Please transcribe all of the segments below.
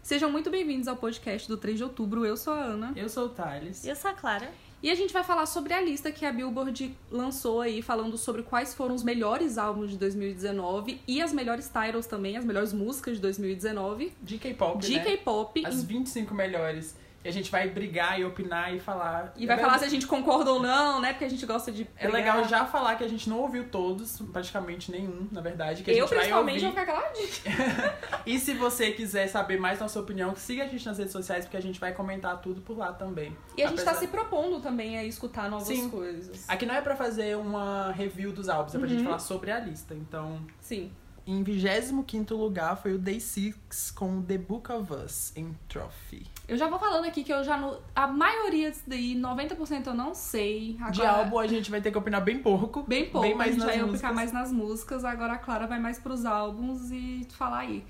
Sejam muito bem-vindos ao podcast do 3 de outubro. Eu sou a Ana. Eu sou o Thales. E eu sou a Clara. E a gente vai falar sobre a lista que a Billboard lançou aí, falando sobre quais foram os melhores álbuns de 2019 e as melhores titles também, as melhores músicas de 2019. De K-pop, De né? K-pop. As 25 melhores. E a gente vai brigar e opinar e falar. E vai É falar se verdade. a gente concorda ou não, né? Porque a gente gosta de. É legal já falar que a gente não ouviu todos, praticamente nenhum, na verdade. Que a eu, gente vai principalmente, ouvir. vou ficar caladinha. E se você quiser saber mais nossa opinião, siga a gente nas redes sociais, porque a gente vai comentar tudo por lá também. E a gente tá Apesar- se propondo também a escutar novas Sim. coisas. Aqui não é pra fazer uma review dos álbuns, é pra Uhum. gente falar sobre a lista. Então, Sim. em 25 lugar foi o Day Six com The Book of Us em Trophy. Eu já vou falando aqui que eu já. não- A maioria disso daí, 90% eu não sei. Agora, De álbum a gente vai ter que opinar bem pouco. Bem pouco, Bem mais a gente nas vai músicas. ficar mais nas músicas. Agora a Clara vai mais pros álbuns e falar aí.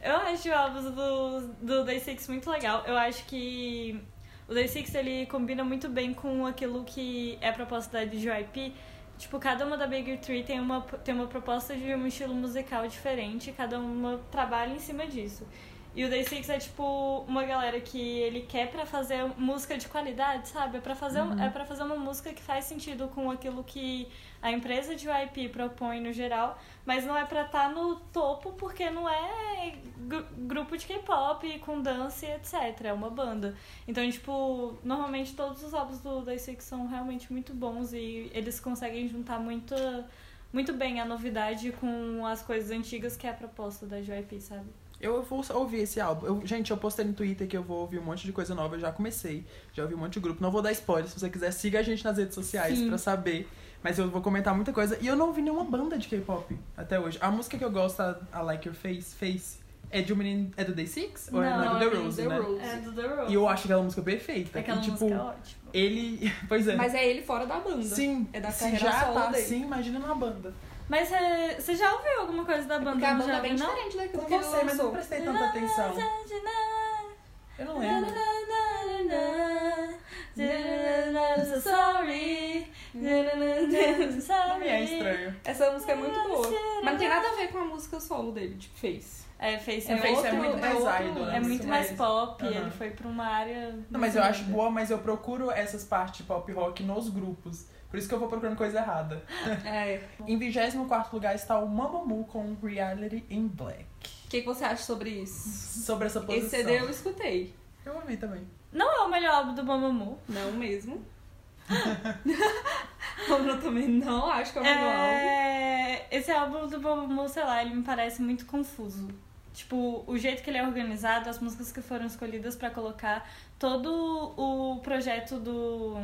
Eu acho o álbum do, do Day Six muito legal. Eu acho que o Day Six ele combina muito bem com aquilo que é a proposta da JYP. Tipo, cada uma da Big Tree tem uma, tem uma proposta de um estilo musical diferente, cada uma trabalha em cima disso. E o Day Six é tipo uma galera que ele quer pra fazer música de qualidade, sabe? É pra fazer, um- é pra fazer uma música que faz sentido com aquilo que a empresa de YP propõe no geral, mas não é pra estar no topo porque não é gru- grupo de K-pop com dança e etc. É uma banda. Então, tipo, normalmente todos os álbuns do Day Six são realmente muito bons e eles conseguem juntar muito, muito bem a novidade com as coisas antigas que é a proposta da JYP, sabe? Eu vou ouvir esse álbum. Eu- gente, eu postei no Twitter que eu vou ouvir um monte de coisa nova. Eu já comecei, já ouvi um monte de grupo. Não vou dar spoiler. Se você quiser, siga a gente nas redes sociais Sim. pra saber. Mas eu vou comentar muita coisa. E eu não ouvi nenhuma banda de K-pop até hoje. A música que eu gosto, a, a Like Your Face, Face, é de um menino. É do Day Six? Ou é Não, do Não, The é do Rose, The né? Rose. É do The Rose. E eu acho aquela música perfeita. Aquela e, tipo, música é ótima. ele. Pois é. Mas é ele fora da banda. Sim, É da se carreira já solo tá dele. assim, imagina na banda. Mas é, você já ouviu alguma coisa da banda? Porque a do banda é Jovem, bem não? diferente Eu daquilo que não ele sei, mas eu não lançou. prestei tanta atenção. Eu não lembro. I'm sorry. I'm sorry. Não é estranho. Essa música é muito boa. Mas não tem nada a ver com a música solo dele, tipo, fez. É, Face É, é, Face é outro, muito mais outro- idol, é né? muito mais Mas- pop, Aham. ele foi pra uma área... Não, mas eu acho diferente. boa, mas eu procuro essas partes de pop rock nos grupos. Por isso que eu vou procurando coisa errada. É. Em 24 lugar está o Mamamoo com Reality in Black. O que, que você acha sobre isso? Sobre essa posição. Esse CD eu escutei. Eu amei também. Não é o melhor álbum do Mamamoo. Não mesmo. Como eu também não acho que é o melhor álbum. É, Esse álbum do Bobo sei lá, ele me parece muito confuso. Tipo, o jeito que ele é organizado, as músicas que foram escolhidas pra colocar, todo o projeto do,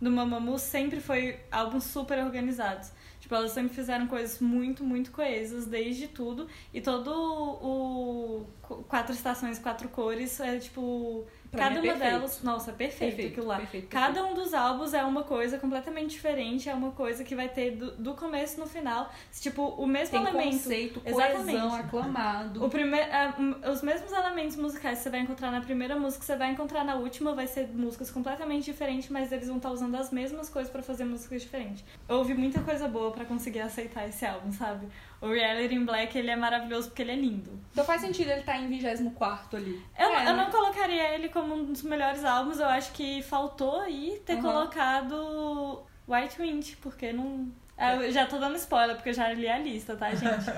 do Mamamoo sempre foi álbuns super organizados. Tipo, elas sempre fizeram coisas muito, muito coesas, desde tudo. E todo o qu- Quatro Estações, Quatro Cores é tipo. Pra mim cada é uma perfeito. delas. Nossa, é perfeito, aquilo lá. perfeito, Cada um dos álbuns é uma coisa completamente diferente, é uma coisa que vai ter do, do começo no final. Tipo, o mesmo tem elemento. conceito, coesão, Exatamente. aclamado. O prime... ah, um, os mesmos elementos musicais que você vai encontrar na primeira música, você vai encontrar na última, vai ser músicas completamente diferentes, mas eles vão estar usando as mesmas coisas pra fazer músicas diferentes. Eu ouvi muita coisa boa pra conseguir aceitar esse álbum, sabe? O Reality in Black, ele é maravilhoso porque ele é lindo. Então faz sentido ele estar em 24 ali. Eu, É, eu né? não colocaria ele como um dos melhores álbuns, eu acho que faltou aí ter Aham. colocado White Wind, porque não. Ah, Eu já tô dando spoiler, porque eu já li a lista, tá, gente?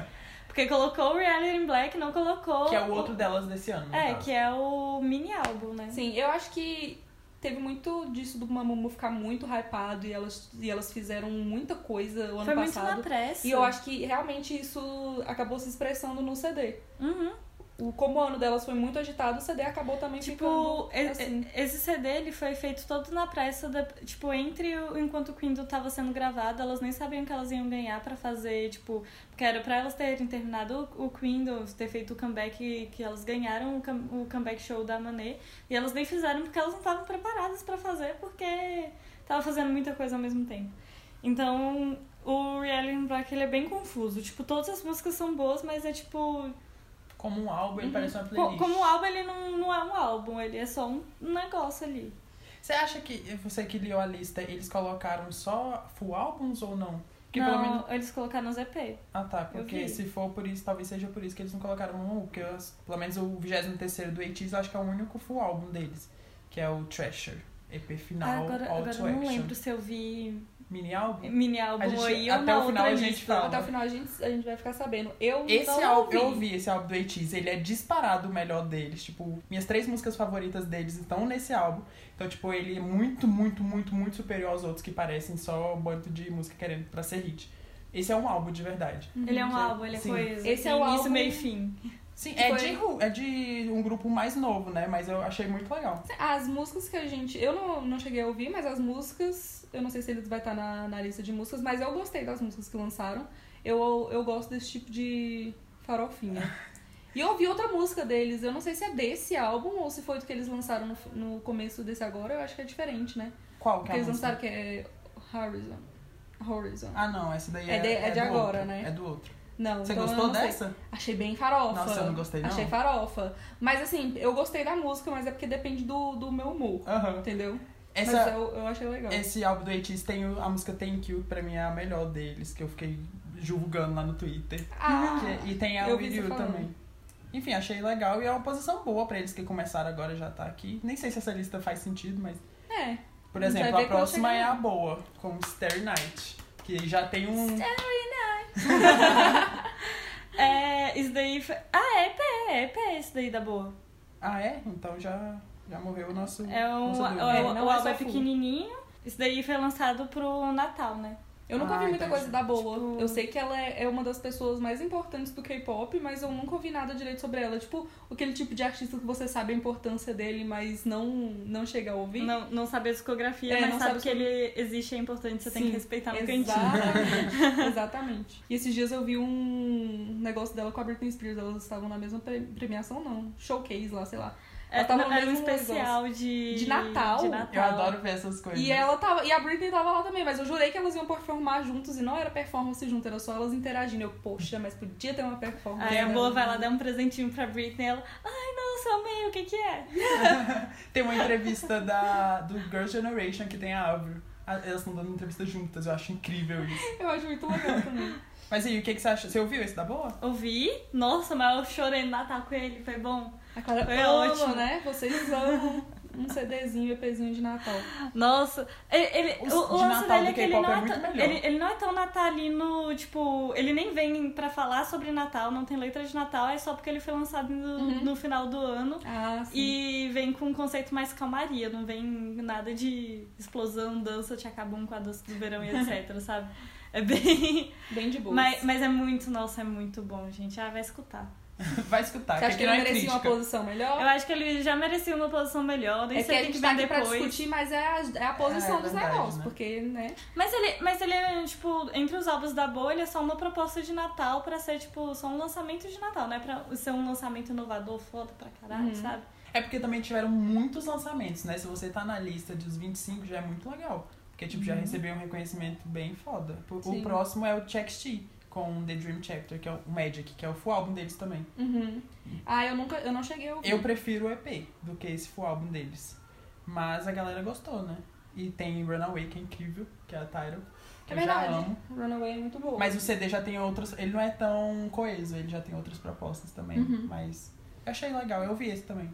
Porque colocou o Reality in Black, não colocou. Que é o outro delas desse ano. no Oh. É, caso. que é o mini álbum, né? Sim, eu acho que teve muito disso do Mamamoo ficar muito hypado e elas, e elas fizeram muita coisa o ano Foi muito na passado. pressa. E eu acho que realmente isso acabou se expressando no CD. Uhum. O, como o ano delas foi muito agitado, o CD acabou também Tipo, ficando e- assim. e- esse CD ele foi feito todo na pressa, da- tipo, entre o, enquanto o Kindle tava sendo gravado, elas nem sabiam que elas iam ganhar pra fazer, tipo, porque era pra elas terem terminado o, o Kindle, ter feito o comeback que, elas ganharam, o, come- o comeback show da Manet, e elas nem fizeram porque elas não estavam preparadas pra fazer, porque tava fazendo muita coisa ao mesmo tempo. Então, o Reality in Black ele é bem confuso, tipo, todas as músicas são boas, mas é tipo, Como um álbum, ele parece uma Uhum. Co- playlist. Como o álbum, ele não, não é um álbum, ele é só um negócio ali. Você acha que, você que leu a lista, eles colocaram só full álbuns ou não? Que não, pelo menos. eles colocaram os EP. Ah, tá. Eu Porque vi. se for por isso, talvez seja por isso que eles não colocaram um, porque as- pelo menos o 23 do ATEEZ eu acho que é o único full álbum deles, que é o Treasure. EP final, Ah, agora All agora to eu não Action. lembro se eu vi Mini álbum? mini A álbum gente- ou eu até na o final outra a gente lista. fala. Até o final a gente, a gente vai ficar sabendo. Eu Esse não álbum, ouvi. eu ouvi esse álbum do ATEEZ, ele é disparado o melhor deles. Tipo, minhas três músicas favoritas deles estão nesse álbum. Então, tipo, ele é muito, muito, muito, muito superior aos outros que parecem só um bando de música querendo pra ser hit. Esse é um álbum de verdade. Ele é um Sim. álbum, ele é Sim. coeso. Esse é Tem o início, álbum- meio e fim. Sim, Tipo, Que é, foi- de, ru- é de um grupo mais novo, né? Mas eu achei muito legal. As músicas que a gente. Eu não, não cheguei a ouvir, mas as músicas. Eu não sei se eles vai estar na, na lista de músicas, mas eu gostei das músicas que lançaram. Eu, eu gosto desse tipo de farofinha. E eu ouvi outra música deles, eu não sei se é desse álbum ou se foi do que eles lançaram no, no começo desse agora, eu acho que é diferente, né? Qual que Porque é a eles música? lançaram que é Horizon. Horizon. Ah, não, essa daí É é, de- é de do agora, outro. né? É do outro. Não, Você então eu gostou não sei. dessa? Achei bem farofa. Nossa, eu não gostei, não. Achei farofa. Mas assim, eu gostei da música, mas é porque depende do, do meu humor, Aham. entendeu? Essa, Mas eu, eu achei legal. Esse álbum do ATEEZ tem o- a música Thank You, que pra mim é a melhor deles, que eu fiquei julgando lá no Twitter. Ah, Que- é- e tem a eu vi With você You falando. também. Enfim, achei legal e é uma posição boa pra eles que começaram agora já tá aqui. Nem sei se essa lista faz sentido, mas. é. Por Vai exemplo, ver a quando próxima chegar é lá. a boa, com Starry Night. Que já tem um. É, isso daí foi... Ah, é EP, é EP esse daí da boa. Ah, é? Então já, já morreu o nosso. É um, nossa dúvida. o, É, o não é álbum só é full. pequenininho. Isso daí foi lançado pro Natal, né? Eu nunca Ah, ouvi muita entendi. coisa da boa. Tipo- Eu sei que ela é é uma das pessoas mais importantes do K-pop, mas eu nunca ouvi nada direito sobre ela. Tipo, aquele tipo de artista que você sabe a importância dele, mas não, não chega a ouvir. Não, não sabe a discografia, É, mas não sabe, sabe que ele existe, é importante, você tem que Sim, respeitar no cantinho. Exatamente. Exatamente. E esses dias eu vi um negócio dela com a Britney Spears. Elas estavam na mesma pre- premiação, não. Showcase lá, sei lá. É, Ela tava não, no era um mesmo especial de... De Natal? de Eu adoro ver essas coisas. Uhum. E ela tava. E a Britney tava lá também, mas eu jurei que elas iam performar juntas e não era performance junto, era só elas interagindo. Eu, poxa, mas podia ter uma performance. Aí a Uhum. né? boa vai lá dar um presentinho pra Britney, ela... Ai, nossa, amei, o que que é? Tem uma entrevista da, do Girls' Generation que tem a Álvaro. Elas estão dando entrevista juntas, eu acho incrível isso. Eu acho muito legal também. Mas aí, o que, que você acha? Você ouviu esse da boa? Ouvi? Nossa, mas eu chorei no Natal com ele, foi bom. A Clara Foi ama, ótimo. né? Vocês amam um CDzinho, EPzinho de Natal. Nossa, ele, ele- Os o, o de lance Natal dele é do que ele K-pop não é é, muito tão- melhor. ele, ele não é tão natalino, tipo, ele nem vem pra falar sobre Natal, não tem letra de Natal, é só porque ele foi lançado no, Uhum. no final do ano. Ah, sim. E vem com um conceito mais calmaria, não vem nada de explosão, dança, te acabam com a dança do verão e etc, sabe? É bem. Bem de boa. Mas, mas é muito, nossa, é muito bom, gente. Ah, vai escutar. Vai escutar, Você acha que que ele aqui não é merecia uma crítica. posição melhor? Eu acho que ele já merecia uma posição melhor, nem É que a sei o que que gente tá vem aqui pra depois. discutir, mas é a, é a posição É, é dos verdade, negócios, né? porque, né? Mas ele, mas ele é, tipo, entre os álbuns da boa, ele é só uma proposta de Natal pra ser, tipo, só um lançamento de Natal, né? Pra ser um lançamento inovador, foda pra caralho, Uhum. sabe? É porque também tiveram muitos lançamentos, né? Se você tá na lista dos 25, já é muito legal. Porque, tipo, já recebeu um reconhecimento bem foda. O- Uhum. Sim. O próximo é o Chex T, com The Dream Chapter, que é o Magic, que é o full álbum deles também. Uhum. Ah, eu nunca, eu não cheguei a ouvir. Eu prefiro o EP do que esse full álbum deles. Mas a galera gostou, né? E tem Runaway, que é incrível, que é a Tyro. Que É eu já verdade. amo. Runaway é muito boa. Mas o CD já tem outras. Ele não é tão coeso, ele já tem outras propostas também. Uhum. Mas eu achei legal, eu ouvi esse também.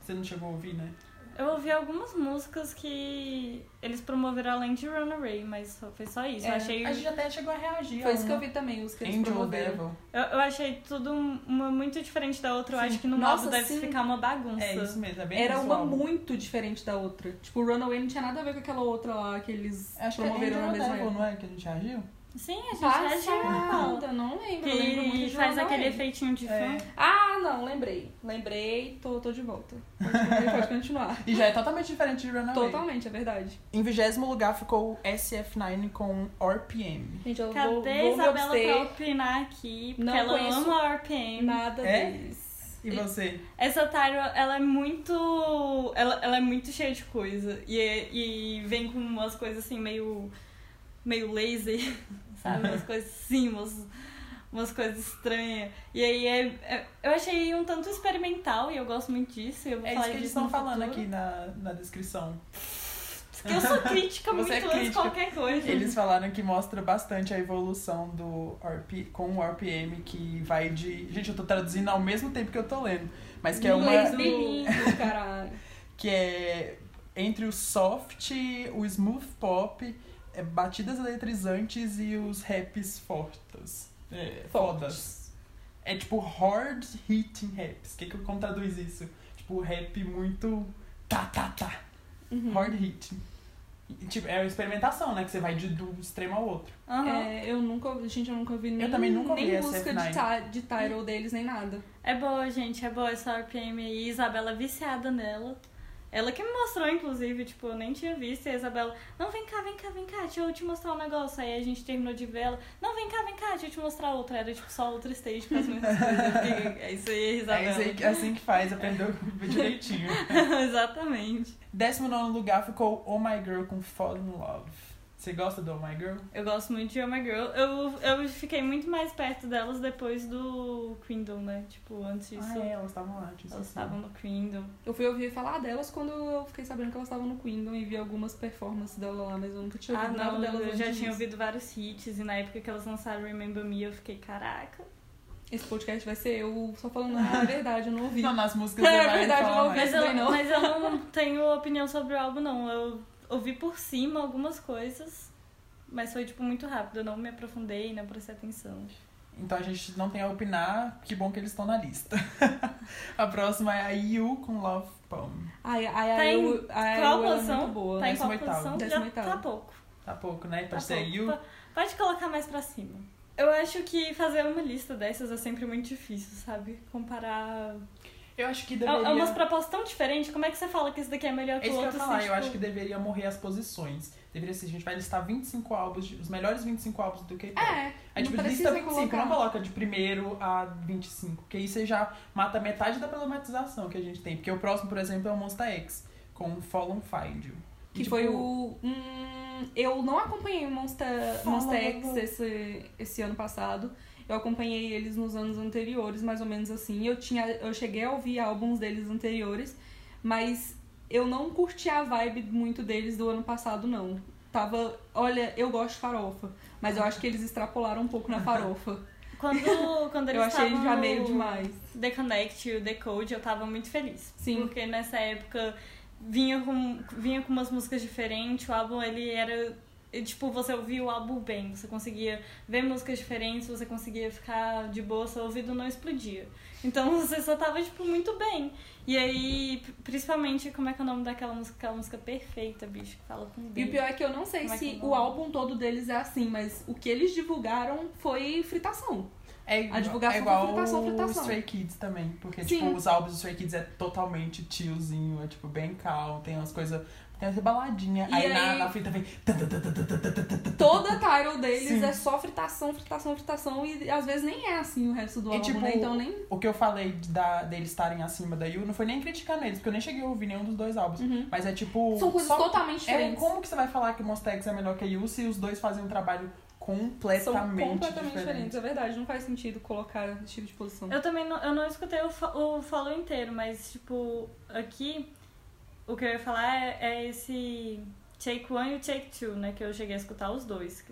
Você não chegou a ouvir, né? Eu ouvi algumas músicas que eles promoveram além de Runaway, mas só- foi só isso. É, Eu achei. A gente até chegou a reagir. Foi a um isso que eu uma. vi também, os que eles Angel promoveram. Devil. Eu, eu achei tudo um- uma muito diferente da outra. Eu Sim. acho que no Nossa, álbum deve sim. ficar uma bagunça. É isso mesmo, é bem Era isso, uma o álbum. muito diferente da outra. Tipo, Runaway não tinha nada a ver com aquela outra lá que eles Acho que é promoveram Angel na mesma Devil, época. não é? Que a gente reagiu? Sim, a gente acha normal. Passada, não lembro. eu lembro muito Que de faz Runaway. aquele efeitinho de fã. É. Ah, não, lembrei. Lembrei, tô, tô de volta. Pode continuar. pode continuar. E já é totalmente diferente de Runaway. Totalmente, é verdade. Em vigésimo lugar ficou SF9 com RPM. Gente, eu vou, vou Cadê me Isabela pra abster. opinar aqui? Porque Não ela conheço ama a RPM. Nada É? deles. E você? Essa Tyra, ela é muito. Ela, ela é muito cheia de coisa. E, é- e vem com umas coisas assim, meio. meio lazy, sabe? Umas coisas assim, umas, umas coisas estranhas. E aí é, é- Eu achei um tanto experimental e eu gosto muito disso. e Eu vou É falar isso que eles disso no estão falando futuro. aqui na, na descrição. Eu sou crítica Você muito é antes de crítica. qualquer coisa. Eles falaram que mostra bastante a evolução do RP, com o RPM, que vai de. Gente, eu tô traduzindo ao mesmo tempo que eu tô lendo. Mas que é uma. Inglês né? do- bem lindo, caralho. que é entre o soft, o smooth pop, é, batidas eletrizantes e os raps fortes. É, fodas. É tipo hard hitting raps. O que, que eu como traduz isso? Tipo rap muito tá tá tá, Uhum. hard hitting. E, Tipo, é uma experimentação, né? Que você vai de, do extremo ao outro. Aham. É, eu nunca, gente, eu nunca vi nem, também nunca nem ouvi essa música F9. de, ta, de title deles, nem nada. É boa, gente, é boa essa RPM aí. Isabela viciada nela. Ela que me mostrou, inclusive, tipo, eu nem tinha visto. E a Isabela, não, vem cá, vem cá, vem cá, deixa eu te mostrar um negócio. Aí a gente terminou de ver ela, não, vem cá, vem cá, deixa eu te mostrar outra. Era, tipo, só outra stage com as mesmas coisas. Eu fiquei, É isso aí, Isabela. É isso aí que- assim que faz, aprendeu direitinho. Exatamente. Décimo nono lugar ficou Oh My Girl com Fall in Love. Você gosta do Oh My Girl? Eu gosto muito de Oh My Girl. Eu, eu fiquei muito mais perto delas depois do Queendom, né? Tipo, antes disso. Ah, é, elas estavam lá, tinha esquecido. Elas estavam no Queendom. Eu fui ouvir falar delas quando eu fiquei sabendo que elas estavam no Queendom e vi algumas performances dela lá, mas eu nunca tinha Ah, ouvido nada não, delas eu antes já disso. tinha ouvido vários hits e na época que elas lançaram Remember Me eu fiquei, caraca. Esse podcast vai ser eu só falando, ah, é verdade, eu não ouvi. Não, nas músicas É, você vai verdade, falar eu não Mas mais. ouvi. Mas eu, também não. mas eu não tenho opinião sobre o álbum, não. Eu ouvi por cima algumas coisas, mas foi, tipo, muito rápido. Eu não me aprofundei, não prestei atenção. Então a gente não tem a opinar, que bom que eles estão na lista. a próxima é a IU com Love Poem. Ai, ai, Tá ai, em eu- ai, qual eu era posição? muito boa. Tá em qual 18º. posição? Já 18º. tá pouco. Tá pouco, né? Pode Tá ser pouco. IU. Pa- Pode colocar mais pra cima. Eu acho que fazer uma lista dessas é sempre muito difícil, sabe? Comparar. Eu acho que É, deveria. é umas propostas tão diferentes, como é que você fala que esse daqui é melhor É que o isso que eu outro? tipo, ia falar, eu acho que deveria morrer as posições. Deveria ser, a gente vai listar 25 álbuns, de- os melhores 25 álbuns do K-pop. É, não Aí, tipo, precisa lista 25, colocar. não coloca de primeiro a 25, porque aí você já mata metade da problematização que a gente tem. Porque o próximo, por exemplo, é o Monster X, com Fall on Find You. E, Que tipo, foi o. Hum, eu não acompanhei o Monster, Fala. Monster X esse, esse ano passado. Eu acompanhei eles nos anos anteriores, mais ou menos assim. Eu, tinha, eu cheguei a ouvir álbuns deles anteriores, mas eu não curti a vibe muito deles do ano passado, não. Tava. Olha, eu gosto de farofa, mas eu acho que eles extrapolaram um pouco na farofa. Quando, quando eles eu achei estavam já no meio demais. The Connect e o The Code, eu tava muito feliz. Sim. Porque nessa época vinha com, vinha com umas músicas diferentes, o álbum ele era. e, Tipo, você ouvia o álbum bem, você conseguia ver músicas diferentes, você conseguia ficar de boa, seu ouvido não explodia. Então você só tava, tipo, muito bem. E aí, p- principalmente, como é que é o nome daquela música? Aquela música perfeita, bicho, que fala com E Deus. o pior é que eu não sei Como é que é se o nome? o álbum todo deles é assim, mas o que eles divulgaram foi fritação. É igual, A divulgação é igual foi fritação, fritação. o Stray Kids também, porque, Sim. tipo, os álbuns do Stray Kids é totalmente tiozinho, é, tipo, bem calmo, tem umas coisas, tem essa baladinha. E Aí, na, aí- na fita vem... toda a title deles Sim. é só fritação, fritação, fritação, e às vezes nem é assim o resto do E, álbum, tipo, né? Então nem. O que eu falei da, deles estarem acima da Yu não foi nem criticando eles, porque eu nem cheguei a ouvir nenhum dos dois álbuns. Uhum. Mas é tipo... São coisas só- totalmente É, diferentes. como que você vai falar que o Monster X é melhor que a Yu se os dois fazem um trabalho completamente, São completamente diferente? diferentes, é verdade. Não faz sentido colocar esse tipo de posição. Eu também não, eu não escutei o, fa- o follow inteiro, mas, tipo, aqui o que eu ia falar é, é esse Take One e o Take Two, né? Que eu cheguei a escutar os dois.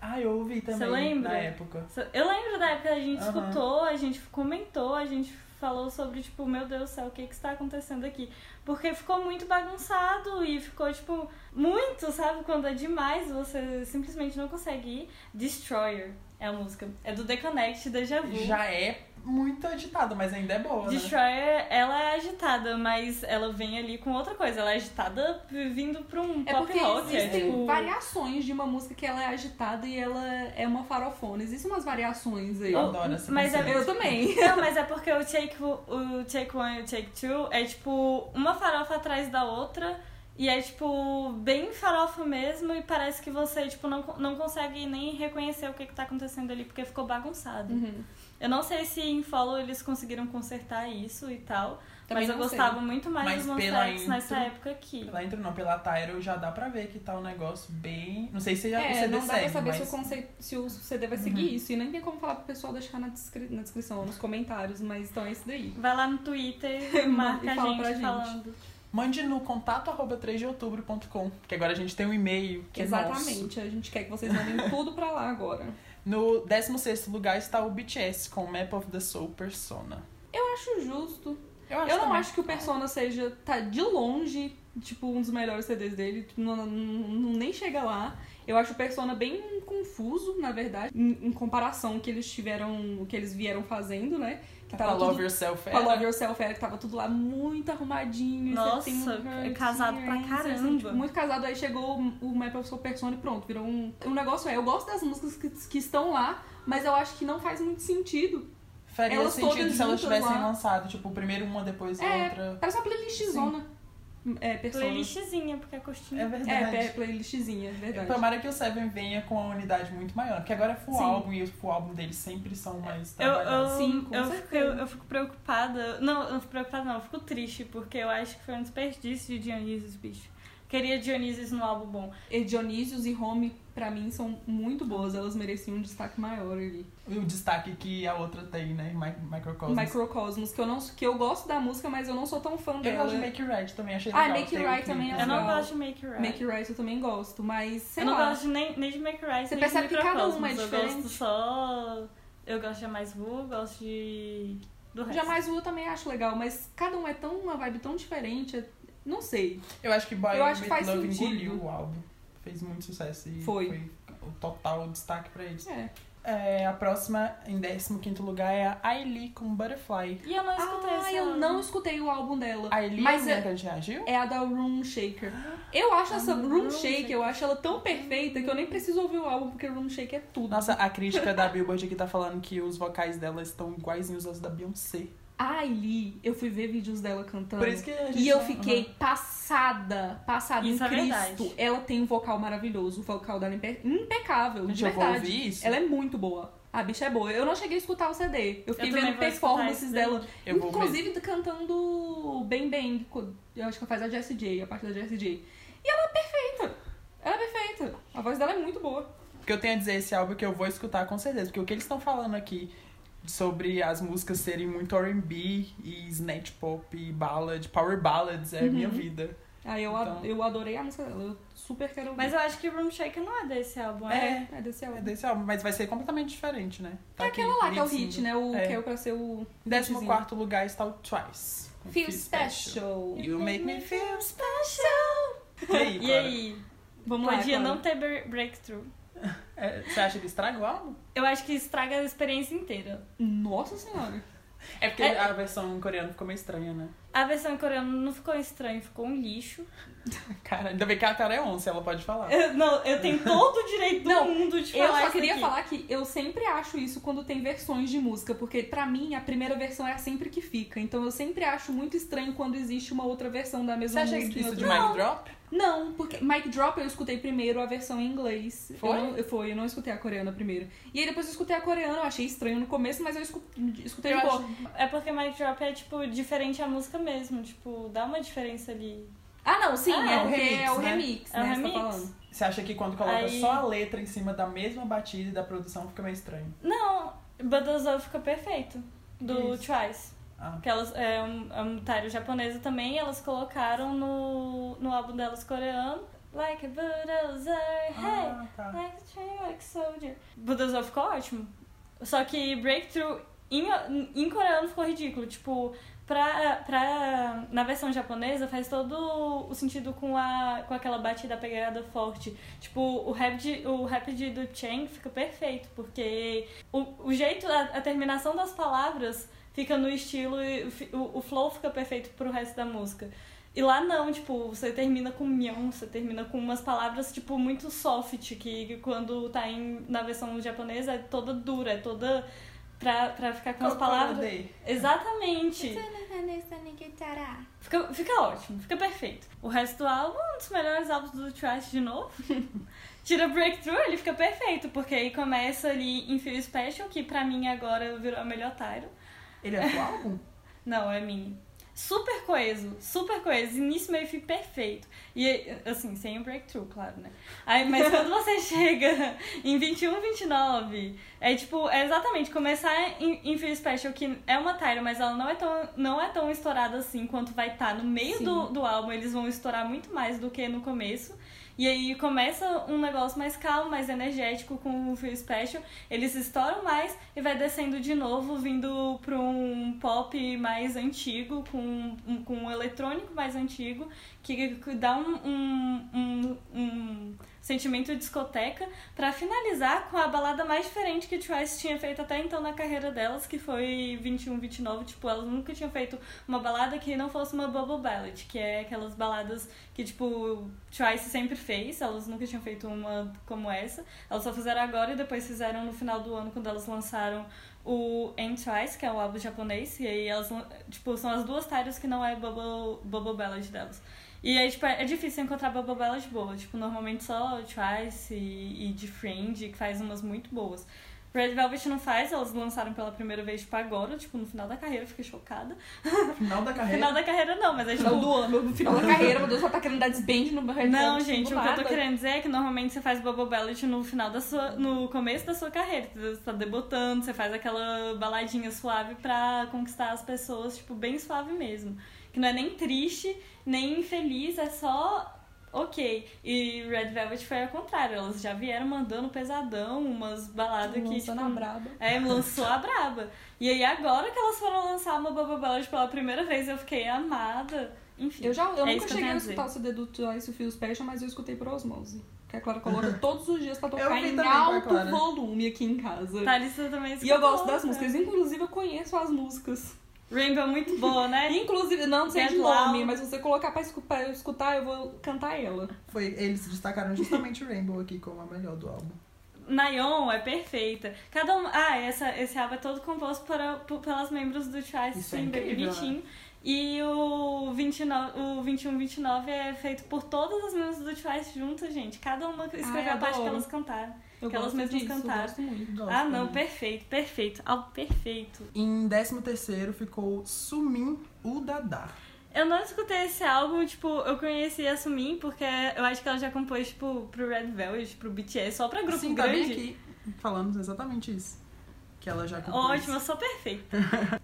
Ah, eu ouvi também. Você lembra? Na época. Eu lembro da época que a gente Aham. escutou, a gente comentou, a gente falou sobre, tipo, meu Deus do céu, o que que está acontecendo aqui? Porque ficou muito bagunçado e ficou, tipo, muito, sabe? Quando é demais, você simplesmente não consegue ir. Destroyer é a música. É do The Connect, Deja Tá Vu. Já é muito agitado, mas ainda é boa, né? Destroyer, ela é agitada, mas ela vem ali com outra coisa. Ela é agitada vindo pra um É pop porque rock. É, existem tipo, variações de uma música que ela é agitada e ela é uma farofona. Existem umas variações aí. Eu adoro essa Mas é- conceito. Oh, Eu também. Não, mas é porque o Take, o take One e o Take Two é tipo uma farofa atrás da outra. E é tipo bem farofa mesmo. E parece que você tipo, não, não consegue nem reconhecer o que, que tá acontecendo ali porque ficou bagunçado. Uhum. Eu não sei se em Follow eles conseguiram consertar isso e tal. Também mas eu não sei. gostava muito mais Mas dos Monster pela X nessa intro- época aqui. Pela intro não, pela Tyro já dá pra ver que tá um negócio bem. Não sei se já É, você não dá pra percebe, saber se, o mas. conceito, se o CD vai seguir isso. E nem tem como falar pro pessoal deixar na, descri- na descrição, nos comentários, mas então é isso daí. Vai lá no Twitter, marca E a fala gente, pra gente. falando. Mande no contato arroba 3 de outubro.com, que agora a gente tem um e-mail que é nosso. Exatamente, a gente quer que vocês mandem tudo pra lá agora. No 16 lugar está o BTS com Map of the Soul Persona. Eu acho justo. Eu, eu não também. acho que o Persona seja, tá de longe, tipo, um dos melhores CDs dele, tipo, não, não- não- nem chega lá. Eu acho o Persona bem confuso, na verdade, em, em comparação ao que eles tiveram, o que eles vieram fazendo, né? Que Pra tava É tá Love tudo... Yourself Com a era. Love Yourself Era, que tava tudo lá muito arrumadinho. e você Nossa, tem um é hurt, casado pra e aí você caramba. sente, tipo, muito casado, aí chegou o Map of Soul Persona e pronto, virou um... O negócio é, eu gosto das músicas que, que estão lá, mas eu acho que não faz muito sentido Faria Elas sentido todas se juntas elas tivessem lá. lançado, tipo, primeiro uma, depois É. outra. Era só playlistzona. É, persona. Playlistzinha, porque é curtinho. É É, verdade. pe- playlistzinha, verdade. Tomara que o Seven venha com uma unidade muito maior, porque agora é full Sim. álbum e os full álbum deles sempre são mais Eu, eu, trabalhados. Sim, com eu, fico, certeza. eu fico preocupada. Não, eu não fico preocupada, não. Eu fico triste, porque eu acho que foi um desperdício de Dionísio, bicho. Queria Dionísio no álbum bom. E Dionísios e Home, pra mim, são muito boas. Elas mereciam um destaque maior ali. E o destaque que a outra tem, né? Mi- Microcosmos. Microcosmos, que eu, não, que eu gosto da música, mas eu não sou tão fã Eu dela. gosto de Make It Right também, achei Ah, legal. Make It Tem o Right clipe também é lá. Eu não legal. gosto de Make It Right. Make Right eu também gosto, mas sei eu não lá. gosto nem, nem de Make Right, Você nem percebe de que cada uma é Microcosmos. Eu diferente. gosto só... Eu gosto de Mais Vu, gosto de... Do resto. Jamais o também acho legal, mas cada um é tão uma vibe tão diferente. é- Não sei. Eu acho que Boy Eu acho que With faz Love sentido. engoliu o álbum. Fez muito sucesso e Foi. o total destaque pra eles. É. É, a próxima, em 15º lugar, é a Ailey com Butterfly. E eu não escutei Ah, esse eu álbum. não escutei o álbum dela. Ailey mas é é- a que a gente reagiu? é a da Room Shaker. Eu acho essa Room Ah, Room Shaker, eu acho ela tão perfeita que eu nem preciso ouvir o álbum, porque Room Shaker é tudo. Nossa, a crítica da Billboard aqui tá falando que os vocais dela estão iguaizinhos aos da Beyoncé. A Ailey, eu fui ver vídeos dela cantando. Por isso que a gente E eu não- fiquei passada, passada Isso em é verdade. Cristo. ela tem um vocal maravilhoso, o vocal dela é impe- impecável, Gente, de eu vou verdade. ouvir isso. Ela é muito boa. A bicha é boa. Eu não cheguei a escutar o CD. Eu fiquei também vendo vou escutar performances esse dela. Eu vou inclusive cantando Bang Bang. co- Eu acho que ela faz a Jessie J, a parte da Jessie J. E ela é perfeita. Ela é perfeita. A voz dela é muito boa. O que eu tenho a dizer esse álbum é que eu vou escutar com certeza, porque o que eles estão falando aqui sobre as músicas serem muito R&B e snatch pop e ballad, power ballads é a minha Uhum. vida. Aí eu, a- Então. eu adorei a música dela. Eu super quero ouvir. Mas eu acho que Room Shaker não é desse álbum, é? é, é desse É álbum. desse álbum, mas vai ser completamente diferente, né? Tá É aqui, aquela lá que é o lead hit, single. né? O É. que é pra ser o. Décimo hitzinho. quarto lugar está o Twice. com Feel Special. You make me feel special. é E aí, E aí? Vamos lá. Podia Clara. não ter bre- breakthrough. É, você acha que estraga o álbum? Eu acho que estraga a experiência inteira. Nossa senhora. É porque É. a versão coreana ficou meio estranha, né? A versão coreana não ficou estranha, ficou um lixo. Cara, ainda bem que a cara é onça, ela pode falar. Eu- não, eu tenho todo o direito do Não, mundo de Eu falar só isso queria aqui. falar que eu sempre acho isso quando tem versões de música, porque pra mim a primeira versão é sempre que fica. Então eu sempre acho muito estranho quando existe uma outra versão da Você mesma acha música. que em isso outro- de mic drop? Não, porque Mike Drop eu escutei primeiro a versão em inglês. Foi? Eu não, eu- foi, eu não escutei a coreana primeiro. E aí depois eu escutei a coreana, eu achei estranho no começo, mas eu escu- escutei de Eu boa. acho- É porque Mic Drop é, tipo, diferente a música mesmo. Tipo, dá uma diferença ali. Ah, não, sim, Ah, é é o porque remix, é o né? remix, É o né? Você tá remix. falando. Você acha que quando coloca Aí- só a letra em cima da mesma batida e da produção fica meio estranho? Não, Badazou fica perfeito. Do Isso. Twice. Ah. Que elas, é um, é um tário japonesa também, e elas colocaram no, no álbum delas coreano. Like a bulldozer, hey! Ah, tá. Like a train, like a soldier. Budozo ficou ótimo. Só que Breakthrough em, em coreano ficou ridículo. Tipo, pra, pra, na versão japonesa faz todo o sentido com, a, com aquela batida pegada forte. Tipo, o rap, de, o rap de, do Chang fica perfeito, porque o, o jeito, a, a terminação das palavras fica no estilo, e fi- o, o flow fica perfeito pro resto da música. E lá não, tipo, você termina com mion, você termina com umas palavras, tipo, muito soft, que quando tá em, na versão japonesa é toda dura, é toda pra, pra ficar com as palavras. Exatamente. Fica, fica ótimo, fica perfeito. O resto do álbum, é um dos melhores álbuns do Trash de novo. Tira Breakthrough, ele fica perfeito, porque aí começa ali em Feel Special, que pra mim agora virou a melhor Tyro. Ele é do álbum? Não, é minha. super coeso, super coeso, início, meio e fim perfeito. E, assim, sem o breakthrough, claro, né? Aí, mas quando você chega em 21, 29, é tipo, é exatamente, começar em, em Feel Special, que é uma Tyra, mas ela não é tão, não é tão estourada assim quanto vai estar no meio Sim. do, do álbum, eles vão estourar muito mais do que no começo. E aí começa um negócio mais calmo, mais energético com o Feel Special. Eles estouram mais e vai descendo de novo, vindo pra um pop mais antigo, com, um- com um eletrônico mais antigo, que, que dá um, um, um, um sentimento de discoteca, pra finalizar com a balada mais diferente que Twice tinha feito até então na carreira delas, que foi 21, 29. Tipo, elas nunca tinham feito uma balada que não fosse uma bubble ballad, que é aquelas baladas que tipo Twice sempre fez, elas nunca tinham feito uma como essa. Elas só fizeram agora e depois fizeram no final do ano quando elas lançaram o End Twice, que é o álbum japonês, e aí elas lan- tipo são as duas Tyros que não é Bubble, bubble Ballad delas. E aí, tipo, é é difícil encontrar Bubble Ballad boa. Tipo, normalmente só Twice e, e de Friend, que faz umas muito boas. Red Velvet não faz, elas lançaram pela primeira vez, tipo, agora, tipo, no final da carreira, eu fiquei chocada. Final da carreira. Final da carreira não, mas é tipo. Final do ano, no final da carreira, meu Deus, ela tá querendo dar desband no Red Não, Velvet, gente, tipo, o que eu tô nada. querendo dizer é que normalmente você faz Bubble Ballad no final da sua. no começo da sua carreira. entendeu? Você tá debutando, você faz aquela baladinha suave pra conquistar as pessoas, tipo, bem suave mesmo. Que não é nem triste, nem infeliz, é só. Ok, e Red Velvet foi ao contrário, elas já vieram mandando pesadão, umas baladas que. Lançou na tipo, braba. é, lançou a braba. E aí agora que elas foram lançar uma Bubble Ballad pela primeira vez, eu fiquei amada. Enfim. Eu já eu é nunca isso que eu cheguei tenho a a dizer. escutar o CD do Twice o Feel Special, mas eu escutei por osmose. Que a Clara coloca todos os dias pra Eu tocar vi em também com a alto Clara. volume aqui em casa. Thalissa também E eu escutou, gosto das né? músicas, inclusive eu conheço as músicas. Rainbow é muito boa, né? Inclusive, não sei Get de nome, Loud. mas se você colocar pra escu- pra eu escutar, eu vou cantar ela. Foi, eles destacaram justamente o Rainbow aqui como a melhor do álbum. Nayon é perfeita. Cada um. Ah, essa, esse álbum é todo composto para, por- pelas membros do Twice, Isso é sim, bem incrível, né? bonitinho. E o, 29, o 21-29 é feito por todas as membros do Twice juntas, gente. Cada uma escreveu a parte que adoro. elas cantaram. Eu Que elas gosto mesmas disso, eu cantaram. gosto muito. Gosto ah, não, também. perfeito, perfeito. Álbum perfeito. Em 13 terceiro ficou Sumin Udadá. Eu não escutei esse álbum, tipo, eu conheci a Sumin porque eu acho que ela já compôs, tipo, pro Red Velvet, pro BTS, só pra grupo Sim, tá bem grande. aqui falando exatamente isso. Que ela já compôs. Ótima, só perfeita.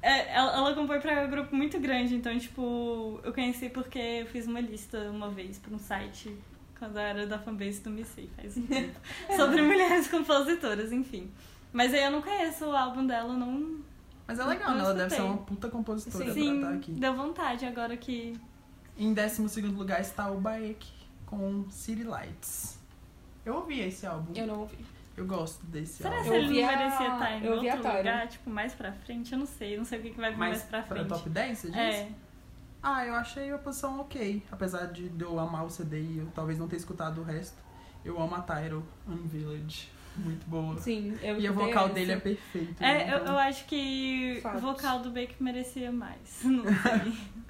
É, ela, ela compõe pra um grupo muito grande, então, tipo, eu conheci porque eu fiz uma lista uma vez pra um site, quando eu era da fanbase do Missy, faz um tempo, sobre mulheres compositoras, enfim. Mas aí eu não conheço o álbum dela, não. Mas é legal, Não né? Ela deve ser escutei. uma puta compositora pra Sim, estar aqui. deu vontade agora que. Em 12 lugar está o Baek com City Lights. Eu ouvi esse álbum. Eu não ouvi. Tá. Eu gosto desse Será álbum. que ele ouvi não a- merecia estar em eu ouvi a outro Tyra. lugar, tipo, mais pra frente? Eu não sei, não sei o que, que vai vir mais, pra frente. top 10, você diz? é, Ah, eu achei a posição ok. Apesar de eu amar o CD e eu talvez não ter escutado o resto. Eu amo a Tyro Unvillage. Muito boa. Sim, eu E o escutei vocal essa. dele é perfeito. é né? eu, Então, eu acho que Fatos. o vocal do Bake merecia mais. Não sei. é-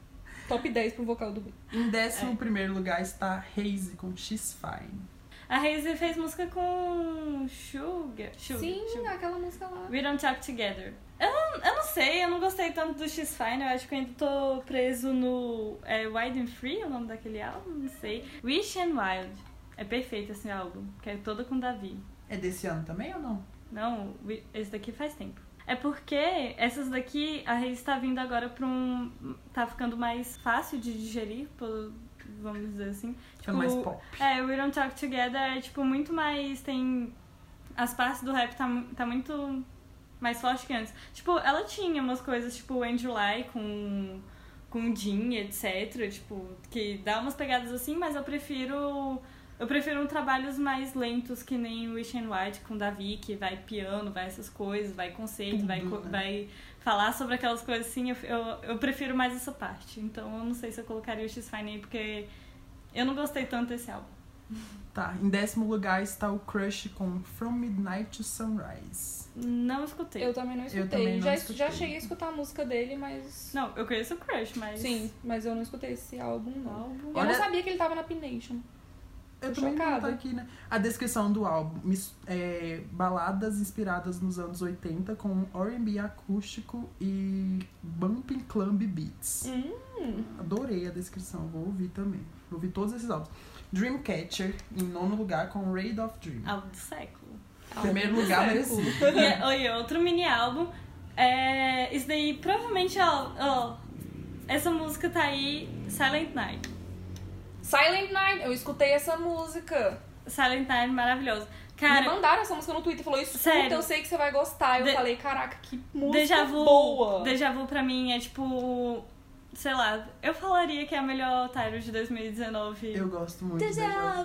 Top 10 pro vocal do Em É. 11 lugar está Haze com She's Fine. A Hazy fez música com Sugar. Sugar, Sim, Sugar. aquela música lá. We Don't Talk Together. Eu não, eu não sei, eu não gostei tanto do X Fine, eu acho que eu ainda tô preso no é, Wide and Free, é o nome daquele álbum, não sei. Wish and Wild. É perfeito esse álbum, que é todo com Davi. É desse ano também ou não? Não, we- esse daqui faz tempo. É porque essas daqui, a Reis tá vindo agora pra um. tá ficando mais fácil de digerir, por- vamos dizer assim. Fica mais Tipo, pop. É, We Don't Talk Together é, tipo, muito mais. Tem. As partes do rap tá, mu- tá muito mais forte que antes. Tipo, ela tinha umas coisas, tipo, When July com. com Jean, etc. Tipo, que dá umas pegadas assim, mas eu prefiro. Eu prefiro um trabalhos mais lentos, que nem Wish and White com Davi, que vai piano, vai essas coisas, vai conceito, Tudo, vai, co- né? vai falar sobre aquelas coisas assim. Eu, eu, eu prefiro mais essa parte. Então eu não sei se eu colocaria o X-Fine aí, porque eu não gostei tanto desse álbum. Tá, em décimo lugar está o Crush com From Midnight to Sunrise. Não escutei. Eu também não escutei. também não já, escutei. já cheguei a escutar a música dele, mas. Não, eu conheço o Crush, mas. Sim, mas eu não escutei esse álbum, não. Álbum. Eu Olha- não sabia que ele tava na P Nation. Eu Tô também não tá chocada. aqui, né? A descrição do álbum. mis- é, baladas inspiradas nos anos 80 com R&B acústico e bumping club beats. Hum, Adorei a descrição, vou ouvir também. Vou ouvir todos esses álbuns. Dreamcatcher, em nono lugar, com Raid of Dream. Álbum do século. Ah, Primeiro lugar Século. merecido. E, é- oi, outro mini álbum. É, isso daí provavelmente, ó, ó, Essa música tá aí, Silent Night. Silent Night, eu escutei essa música. Silent Night maravilhoso. Me Cara, mandaram essa música no Twitter, falou, escuta, Sério. eu sei que você vai gostar. Eu De- falei, caraca, que música Deja Vu. boa. Deja Vu pra mim é tipo. Sei lá, eu falaria que é a melhor Tyro de 2019. Eu gosto muito. dela.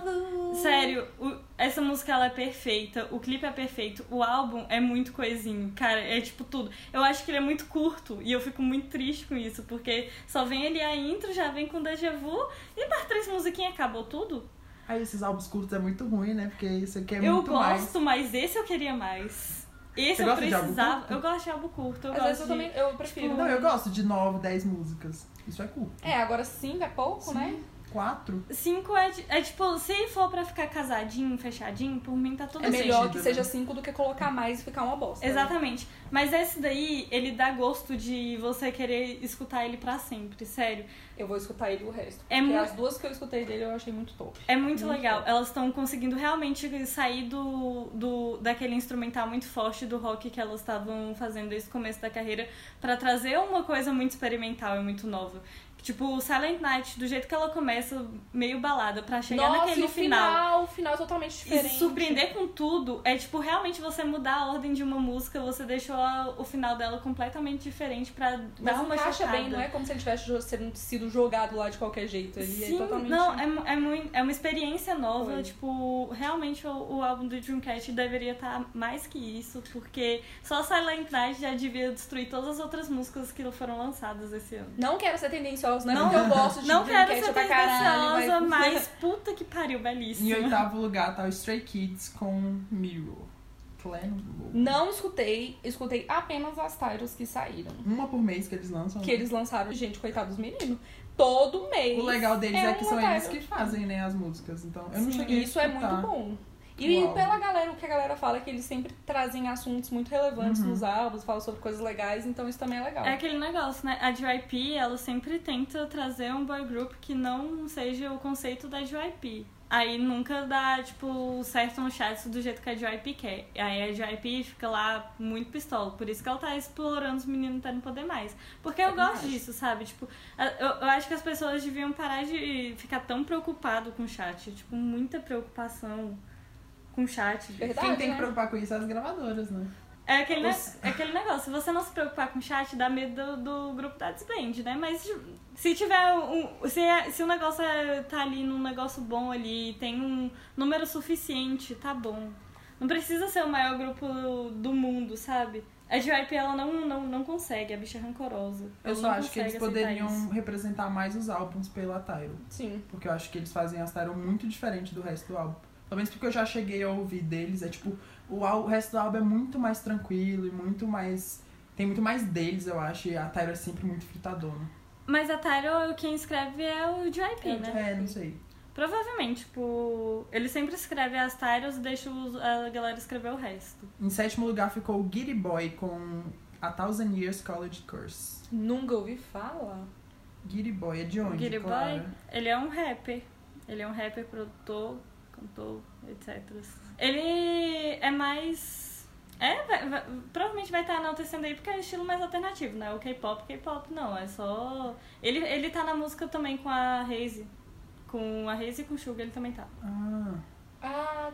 Deja Vu. Sério, o- essa música ela é perfeita, o clipe é perfeito, o álbum é muito coisinho, cara, é tipo tudo. Eu acho que ele é muito curto e eu fico muito triste com isso, porque só vem ali a intro, já vem com déjà vu e mais três musiquinhas, acabou tudo. Aí esses álbuns curtos é muito ruim, né? Porque isso aqui é eu muito mais. gosto, mas esse eu queria mais. Esse Você eu gosta de álbum precisava. curto? eu gosto de álbum curto, eu Às gosto vezes eu de... também, eu prefiro. Não, eu gosto de 9, 10 músicas. Isso é curto. É, agora cinco é pouco, Sim. né? Quatro? Cinco é, de- é tipo, se for pra ficar casadinho, fechadinho, por mim tá tudo É Faz bem. melhor sentido, que né? seja cinco do que colocar mais e ficar uma bosta. né? Exatamente. Mas esse daí, ele dá gosto de você querer escutar ele pra sempre, sério. Eu vou escutar ele o resto. É porque mu- as duas que eu escutei dele eu achei muito top. É muito Muito legal. bom. Elas estão conseguindo realmente sair do, do daquele instrumental muito forte do rock que elas estavam fazendo desde o começo da carreira pra trazer uma coisa muito experimental e muito nova. Tipo, o Silent Night, do jeito que ela começa, meio balada, pra chegar Nossa, e naquele o final, o final é totalmente E diferente. se surpreender com tudo é tipo realmente você mudar a ordem de uma música, você deixou a- o final dela completamente diferente pra Mas dar uma encaixa chocada. bem, não é como se ele tivesse jo- sendo- sido jogado lá de qualquer jeito. Ele Sim, é totalmente. não, é, mu- é, muito, é uma experiência nova, Foi. tipo, realmente o, o álbum do Dreamcast deveria estar mais que isso, porque só Silent Night já devia destruir todas as outras músicas que foram lançadas esse ano. Não quero ser tendenciosa, não é Não- porque eu gosto de Não quero Dreamcatcher ser pra caralho, tendenciosa, mas puta que pariu, belíssima. Em oitavo lugar tá o Stray Kids com Mirror. Claro. Não escutei, escutei apenas as titles que saíram. Uma por mês que eles lançam. Que né? eles lançaram, gente, coitado dos meninos, todo mês. O legal deles é, que uma são eles title. que fazem, né, as músicas. Então, eu não Sim, cheguei a isso é escutar. muito bom. E Uau. pela galera, o que a galera fala é que eles sempre trazem assuntos muito Uhum. relevantes nos álbuns, falam sobre coisas legais, então isso também é legal. É aquele negócio, né? A JYP, ela sempre tenta trazer um boy group que não seja o conceito da JYP. Aí nunca dá, tipo, certo no chat do jeito que a JYP quer. Aí a JYP fica lá muito pistola. Por isso que ela tá explorando os meninos até não poder mais. Porque eu Sacanagem. gosto disso, sabe? Tipo, a- eu, eu acho que as pessoas deviam parar de ficar tão preocupado com o chat. Tipo, muita preocupação com o chat. Verdade, Quem tem que né? preocupar com isso é as gravadoras, né? É aquele, ne- Os- é aquele negócio, se você não se preocupar com o chat, dá medo do, do grupo da desband, né? Mas se tiver um. Se, é- se o negócio é- tá ali num negócio bom ali, tem um número suficiente, tá bom. Não precisa ser o maior grupo do mundo, sabe? A JYP, ela não, não, não consegue, a bicha é rancorosa. Eu Ela só não acho que eles consegue aceitar poderiam isso. representar mais os álbuns pela Tyro. Sim. Porque eu acho que eles fazem as Tyro muito diferente do resto do álbum. Pelo menos porque eu já cheguei a ouvir deles. É tipo, o, al- o resto do álbum é muito mais tranquilo e muito mais. Tem muito mais deles, eu acho. E a Tyro é sempre muito fritadona. Mas a Tyro, quem escreve é o JYP, É o né? É, não sei. Provavelmente, tipo. Ele sempre escreve as Tyros e deixa os- a galera escrever o resto. Em sétimo lugar ficou o Giddy Boy com A Thousand Years College Curse. Nunca ouvi falar. Giddy Boy é de onde? Giddy Clara? Boy, ele é um rapper. Ele é um rapper, produtor, cantor, etc. Ele é mais. É, vai- vai- provavelmente vai estar enaltecendo aí porque é um estilo mais alternativo, né? O K-pop, K-pop não, é só. Ele, ele tá na música também com a Haze. Com a Haze e com o Suga ele também tá. Ah, Ah,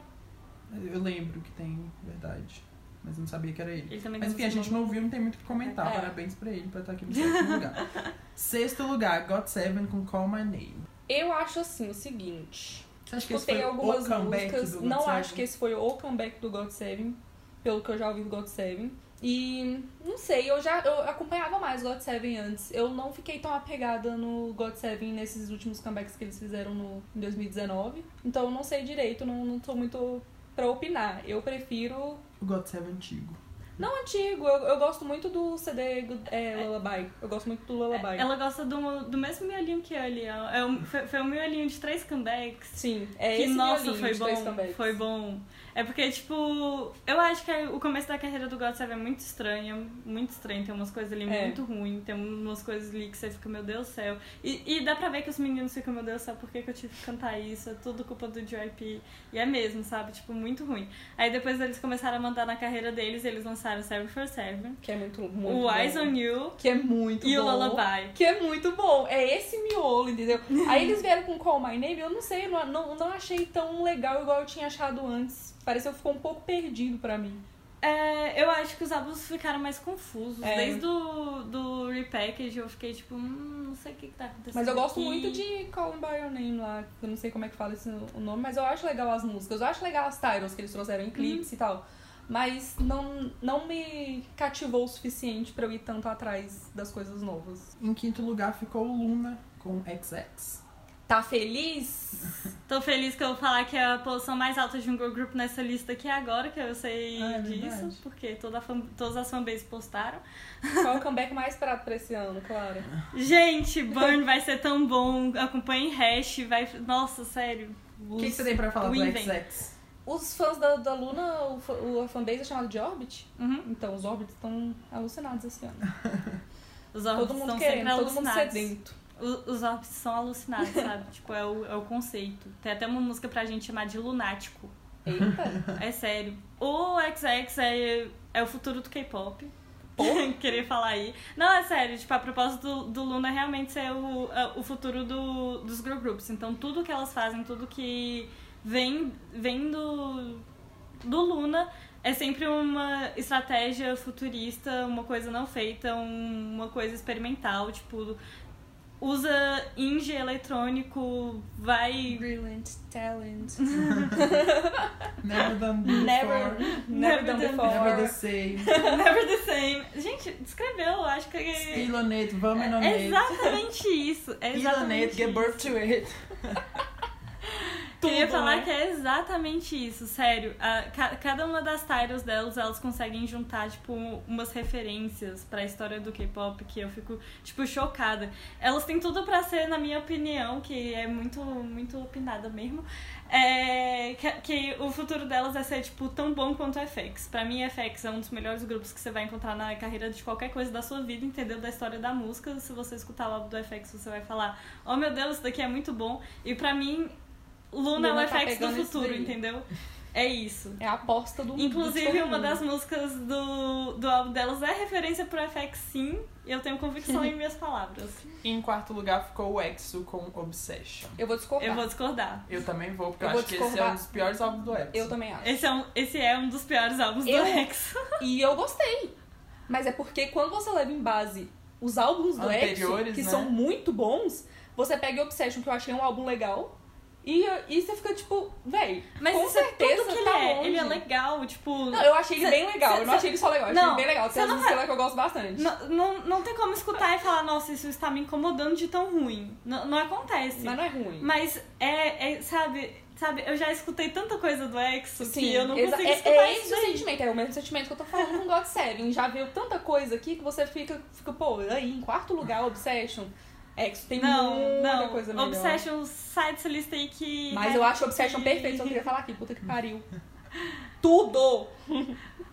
eu lembro que tem, verdade. Mas eu não sabia que era ele. Ele também Mas tá enfim, a gente não ouviu, não tem muito o que comentar. assim, É. Parabéns pra ele por estar aqui no sétimo lugar. Sexto lugar, Got Seven com Call My Name. eu acho assim o seguinte. Você acha que esse Escutei foi algumas o comeback músicas. do Got não Seven? acho que esse foi o comeback do God Seven, pelo que eu já ouvi do God Seven. E não sei, eu já eu acompanhava mais o God Seven antes. Eu não fiquei tão apegada no God Seven nesses últimos comebacks que eles fizeram no, em 2019. Então eu não sei direito, não, não tô muito pra opinar. Eu prefiro. O Got Seven antigo. Não antigo, eu, eu gosto muito do CD Good- é, Lullaby. Eu gosto muito do Lullaby. É, Ela gosta do, do mesmo miolinho que eu ali. ó. É um- foi, foi um miolinho de três comebacks. Sim, é que esse nossa, miolinho foi de bom. três comebacks. Foi bom. É porque, tipo, eu acho que o começo da carreira do God Seven é muito estranho. é Muito estranho. Tem umas coisas ali É. muito ruins. Tem umas coisas ali que você fica, meu Deus do céu. E, e dá pra ver que os meninos ficam, meu Deus do céu, por que, que eu tive que cantar isso? É tudo culpa do JYP. E é mesmo, sabe? Tipo, muito ruim. Aí depois eles começaram a mandar na carreira deles. Eles lançaram Seven for Seven. Que é muito, muito O bom. Eyes on You. Que é muito E bom. o Lullaby. Que é muito bom. É esse miolo, entendeu? Aí eles vieram com Call My Name, eu não sei, eu não, não, não achei tão legal igual eu tinha achado antes. Pareceu que ficou um pouco perdido pra mim. É, eu acho que os álbuns ficaram mais confusos. É. Desde o do repackage eu fiquei tipo, hum, não sei o que, que tá acontecendo. Mas eu gosto aqui. muito de Call Me By Your Name lá, que eu não sei como é que fala esse, o nome, mas eu acho legal as músicas. Eu acho legal as titles que eles trouxeram em clipes e tal. Mas não, não me cativou o suficiente pra eu ir tanto atrás das coisas novas. Em quinto lugar ficou Luna com XX. Tá feliz? Tô feliz que eu vou falar que é a posição mais alta de um girl group nessa lista aqui agora, que eu sei Ah, é disso, verdade. porque toda a fan- todas as fanbases postaram. Qual o comeback mais esperado pra esse ano, Clara? Gente, Burn vai ser tão bom. Acompanhe Hash, vai. Nossa, sério. O que, que você tem pra falar o do invento. XX? Os fãs da, da Luna, o, fa- o- a fanbase é chamada de Orbit. Uhum. Então, os Orbits estão alucinados esse ano. Os orbs todo mundo estão querendo, sempre todo mundo alucinados. sedento. O- Os orbs são alucinados, sabe? tipo, é o, é o conceito. Tem até uma música pra gente chamar de lunático. Eita. É sério. O XX é, é o futuro do K-pop. Queria falar aí. Não, é sério. Tipo, a proposta do, do Luna é realmente ser o, a- o futuro do, dos girl groups. Então, tudo que elas fazem, tudo que vem, vem do, do Luna é sempre uma estratégia futurista, uma coisa não feita, um- uma coisa experimental. Tipo, usa indie eletrônico, vai Brilliant talent. Never done before. Never, never done before. Never the same. Never the same. Gente, descreveu, acho que. É Still on it, vomit É, on it. exatamente isso. É Still on exatamente it, get isso. birth to it. Tudo, Queria falar né? que é exatamente isso, sério. A- ca- cada uma das titles delas, elas conseguem juntar, tipo, umas referências pra história do K-pop que eu fico, tipo, chocada. Elas têm tudo pra ser, na minha opinião, que é muito, muito opinada mesmo, é, que, que o futuro delas é ser, tipo, tão bom quanto FX. Pra mim, FX é um dos melhores grupos que você vai encontrar na carreira de qualquer coisa da sua vida, entendeu? Da história da música. Se você escutar o álbum do FX, você vai falar, oh meu Deus, isso daqui é muito bom. E pra mim, Luna, é Luna o tá FX do pegando isso futuro, daí. entendeu? É isso. É a aposta do do Inclusive, todo uma mundo. das músicas do, do álbum delas é referência pro FX, sim. E eu tenho convicção em minhas palavras. Em quarto lugar ficou o EXO com Obsession. Eu vou discordar. Eu Eu, vou discordar. Eu também vou, porque Eu eu, vou acho que esse é um discordar. dos piores álbuns do EXO. também acho. Esse é um, esse é um dos piores álbuns Eu- do EX. E eu gostei. Mas é porque quando você leva em base os álbuns do EXO, Anteriores, que né? são muito bons, você pega Obsession, que eu achei um álbum legal, e, e você fica tipo, véi, Mas com isso é tudo que certeza ele tá é. longe. Ele é legal, tipo. Não, eu achei ele Cê- bem legal. cê- eu não cê- achei ele só legal, eu achei Não, ele bem legal. cê Tem umas não músicas lá que eu gosto bastante. Não, não, não tem como escutar e falar, nossa, isso está me incomodando de tão ruim. Não, não acontece. Mas não é ruim. Mas é, é, sabe, sabe, eu já escutei tanta coisa do EXO que eu não exa- consigo é, escutar é isso esse o daí. sentimento, é o mesmo sentimento que eu tô falando com God Seven. Já veio tanta coisa aqui que você fica, fica pô, aí em quarto lugar, Obsession. É, que isso tem Não, muita não. coisa melhor. Obsession, sai dessa lista aí que. é Mas eu acho Obsession perfeito, só queria falar aqui, puta que pariu. Tudo!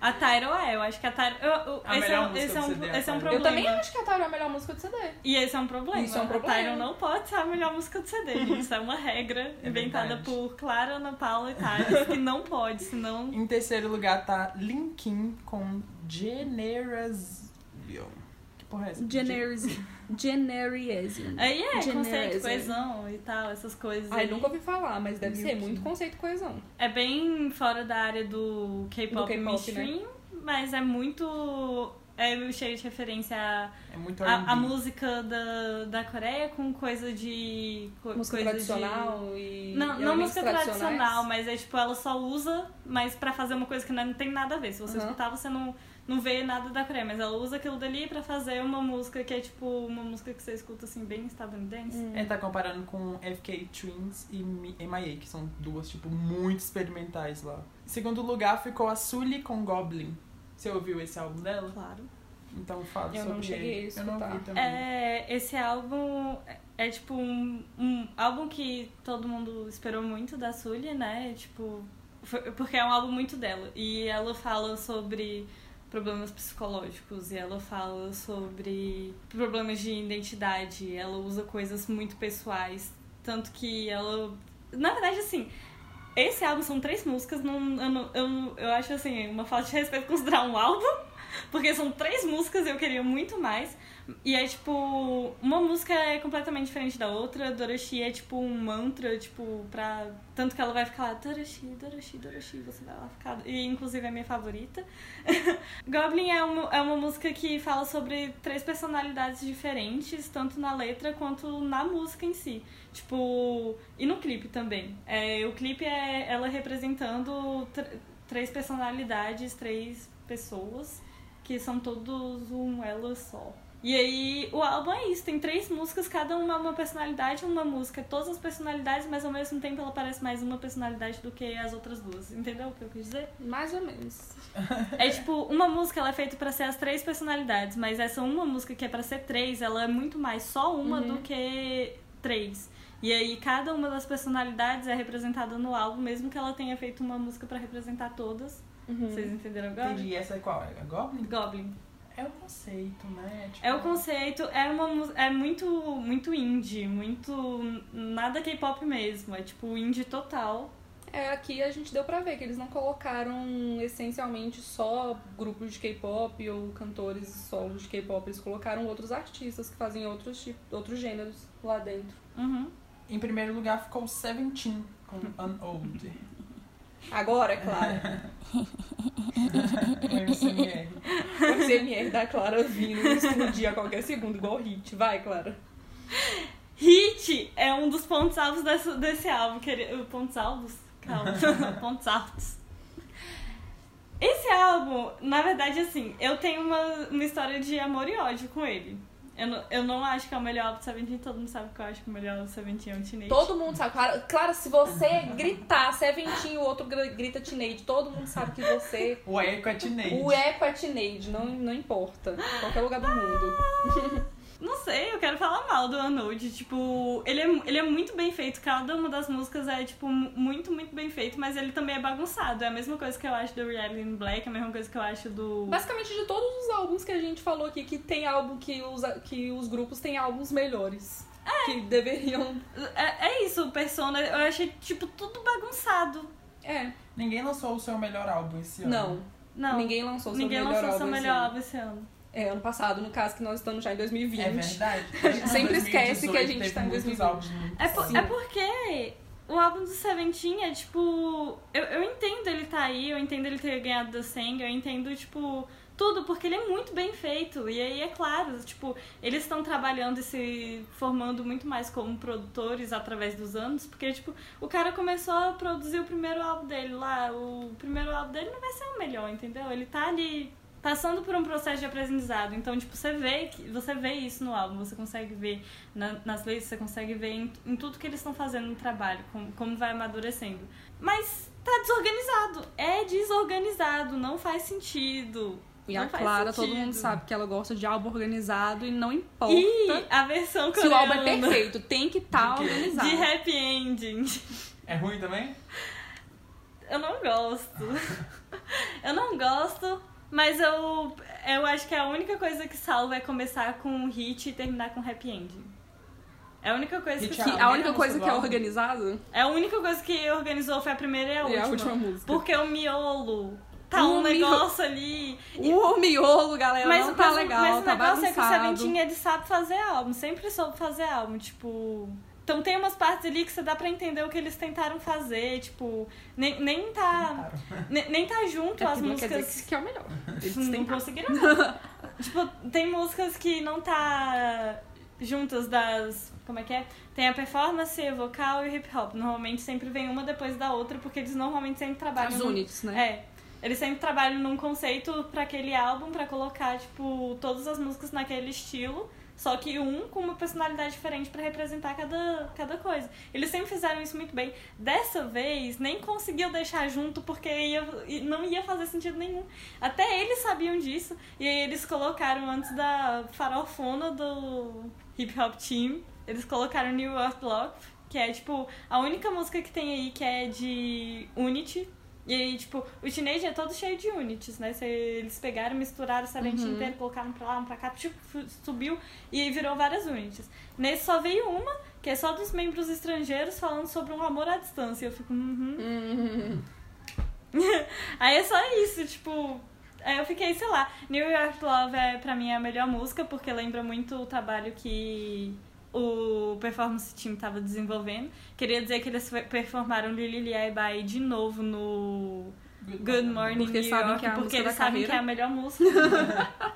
A Tyro é, eu acho que a Tyro. eu- eu- A esse, é, melhor um- música esse é um, do CD é a esse é um Tyro. problema. Eu também acho que a Tyra é a melhor música do CD. E esse é um problema. Isso é um problema. A Tyron não pode ser a melhor música do CD, gente. Isso é uma regra É inventada verdade. por Clara, Ana Paula e Thales, que não pode, senão. Em terceiro lugar tá Linkin com Generation. Que porra é essa? Generation. Aí é, conceito, Generation. coesão e tal, essas coisas. Ai, aí. nunca ouvi falar, mas deve Meu ser Deus. muito conceito coesão. É bem fora da área do Do K-pop K-pop, né? mainstream, mas é muito. É cheio de referência à, É muito à- à R&B. música da, da Coreia com coisa de. co- Música coisa tradicional e. De... Não, e não elementos música tradicionais. tradicional, mas é tipo, ela só usa, mas pra fazer uma coisa que não tem nada a ver. Se você Uhum. escutar, você não, não vê nada da Coreia, mas ela usa aquilo dali pra fazer uma música que é tipo uma música que você escuta assim, bem estadunidense. Hum. É, tá comparando com FK Twins e Mi- MIA, que são duas, tipo, muito experimentais lá. Em segundo lugar ficou a Sully com Goblin. Você ouviu esse álbum dela? Claro. Então fala Eu não sobre cheguei a ele. Eu escutar. não vi também. É, esse álbum é tipo um, um álbum que todo mundo esperou muito da Sully, né? Tipo, foi- porque é um álbum muito dela. E ela fala sobre problemas psicológicos e ela fala sobre problemas de identidade. Ela usa coisas muito pessoais, tanto que ela, na verdade, assim. Esse álbum são três músicas, não, eu, não- eu, não- eu acho assim, uma falta de respeito considerar um álbum, porque são três músicas e eu queria muito mais. E é tipo, uma música é completamente diferente da outra. Doroshi é tipo um mantra, tipo, pra. Tanto que ela vai ficar lá, Doroshi, Doroshi, Doroshi, você vai lá ficar. E inclusive é minha favorita. Goblin é uma, é uma música que fala sobre três personalidades diferentes, tanto na letra quanto na música em si. Tipo, e no clipe também. É, o clipe é ela representando tr- três personalidades, três pessoas, que são todos um ela só. E aí, o álbum é isso, tem três músicas, cada uma é uma personalidade, uma música, é todas as personalidades, mas ao mesmo tempo ela parece mais uma personalidade do que as outras duas. Entendeu o que eu quis dizer? Mais ou menos. É tipo, uma música ela é feita pra ser as três personalidades, mas essa uma música que é pra ser três, ela é muito mais só uma Uhum. do que três. E aí cada uma das personalidades é representada no álbum, mesmo que ela tenha feito uma música pra representar todas. Uhum. Hum. Vocês entenderam agora? Entendi. E essa é qual? É a Goblin? Goblin. É o conceito, né? Tipo, É o conceito, é uma mu- é muito muito indie, muito nada K-pop mesmo, é tipo indie total. É, aqui a gente deu pra ver que eles não colocaram essencialmente só grupos de K-pop ou cantores solos de K-pop, eles colocaram outros artistas que fazem outros, tipos, outros gêneros lá dentro. Uhum. Em primeiro lugar ficou Seventeen com Unold. Agora, é claro, Foi é o CMR. o CMR da Clara vindo explodir a qualquer segundo, igual hit. Vai, Clara. Hit é um dos pontos altos desse, desse álbum, querido. Pontos altos? Calma, pontos altos. Esse álbum, na verdade, assim, eu tenho uma, uma história de amor e ódio com ele. Eu não, eu não acho que é o melhor álbum do Seventeen, todo mundo sabe que eu acho que o melhor álbum do Seventeen é o Teenage. Todo mundo sabe, Clara, Clara, se você gritar Seventeen, o outro gr- grita Teenage, todo mundo sabe que você... O Eco é Teenage. O eco é Teenage, não, não importa, qualquer lugar do mundo. Não sei, eu quero falar mal do Anode. Tipo, ele é, ele é muito bem feito. Cada uma das músicas é, tipo, mu- muito, muito bem feito, mas ele também é bagunçado. É a mesma coisa que eu acho do Reality in Black, é a mesma coisa que eu acho do. Basicamente, de todos os álbuns que a gente falou aqui, que tem álbum que os, que os grupos têm álbuns melhores. Que deveriam. É, é isso, o Persona. Eu achei, tipo, tudo bagunçado. É, Ninguém lançou o seu melhor álbum esse ano. não. Não. Ninguém lançou seu ninguém melhor lançou álbum. seu esse melhor ano. álbum esse ano. É, ano passado, no caso, que nós estamos já em 2020. É verdade. Sempre esquece que a gente 2018 tá em teve muitos 2020. álbuns muito É, por- fodas. é porque o álbum do Seventeen é tipo. Eu, eu entendo ele tá aí, eu entendo ele ter ganhado da Seng, eu entendo, tipo, tudo, porque ele é muito bem feito. E aí é claro, tipo, eles estão trabalhando e se formando muito mais como produtores através dos anos, porque, tipo, o cara começou a produzir o primeiro álbum dele lá. O primeiro álbum dele não vai ser o melhor, entendeu? Ele tá ali. Passando por um processo de aprendizado. Então, tipo, você vê, que- você vê isso no álbum, você consegue ver na- nas leis, você consegue ver em, em tudo que eles estão fazendo no trabalho, como, como vai amadurecendo. Mas tá desorganizado. É desorganizado, não faz sentido. E Não a faz Clara, todo sentido. mundo sabe que ela gosta de álbum organizado e não importa E a versão se o álbum coreana é perfeito, tem que estar De quê? organizado. de happy ending. É ruim também? Eu não gosto. eu não gosto, mas eu, eu acho que a única coisa que salva é começar com um hit e terminar com happy ending. É a única coisa Hit que é Que salva. a única coisa que é Álbum. organizada É a única coisa que organizou foi a primeira e a é última. a última música. Porque o miolo tá O um miolo- negócio ali. O miolo, galera, mas não tá mas- legal, mas o tá negócio é que o bagunçado. Seventeen ele sabe fazer álbum, sempre soube fazer álbum, tipo. Então tem umas partes ali que você dá pra entender o que eles tentaram fazer, tipo, nem, nem tá. Claro. Nem, nem tá junto É as que não quer dizer músicas. Hum. que isso que é o melhor. Eles Não têm conseguiram. tipo, tem músicas que não tá juntas das. Como é que é? Tem a performance, a vocal e o hip hop. Normalmente sempre vem uma depois da outra, porque eles normalmente sempre trabalham. as num- units, né? É. Eles sempre trabalham num conceito pra aquele álbum, pra colocar, tipo, todas as músicas naquele estilo. Só que um com uma personalidade diferente pra representar cada, cada coisa. Eles sempre fizeram isso muito bem. Dessa vez, nem conseguiu deixar junto porque ia, e não ia fazer sentido nenhum. Até eles sabiam disso. E aí eles colocaram antes da farofona do hip hop team. Eles colocaram New York Block, que é tipo a única música que tem aí que é de Unity. E aí, tipo, o Teenage é todo cheio de units, né? Cê- Eles pegaram, misturaram o Silent Uhum. inteiro, colocaram pra lá, um pra cá, tipo, fu- subiu e aí virou várias units. Nesse só veio uma, que é só dos membros estrangeiros falando sobre um amor à distância. Eu fico, uhum. Aí é só isso, tipo. Aí eu fiquei, sei lá, New York Love é pra mim a melhor música, porque lembra muito o trabalho que o Performance Team tava desenvolvendo. Queria dizer que eles fe- performaram Lily Lee Bye de novo no Good Morning Porque New sabem York, que é a porque música eles da sabem carreira. que é a melhor música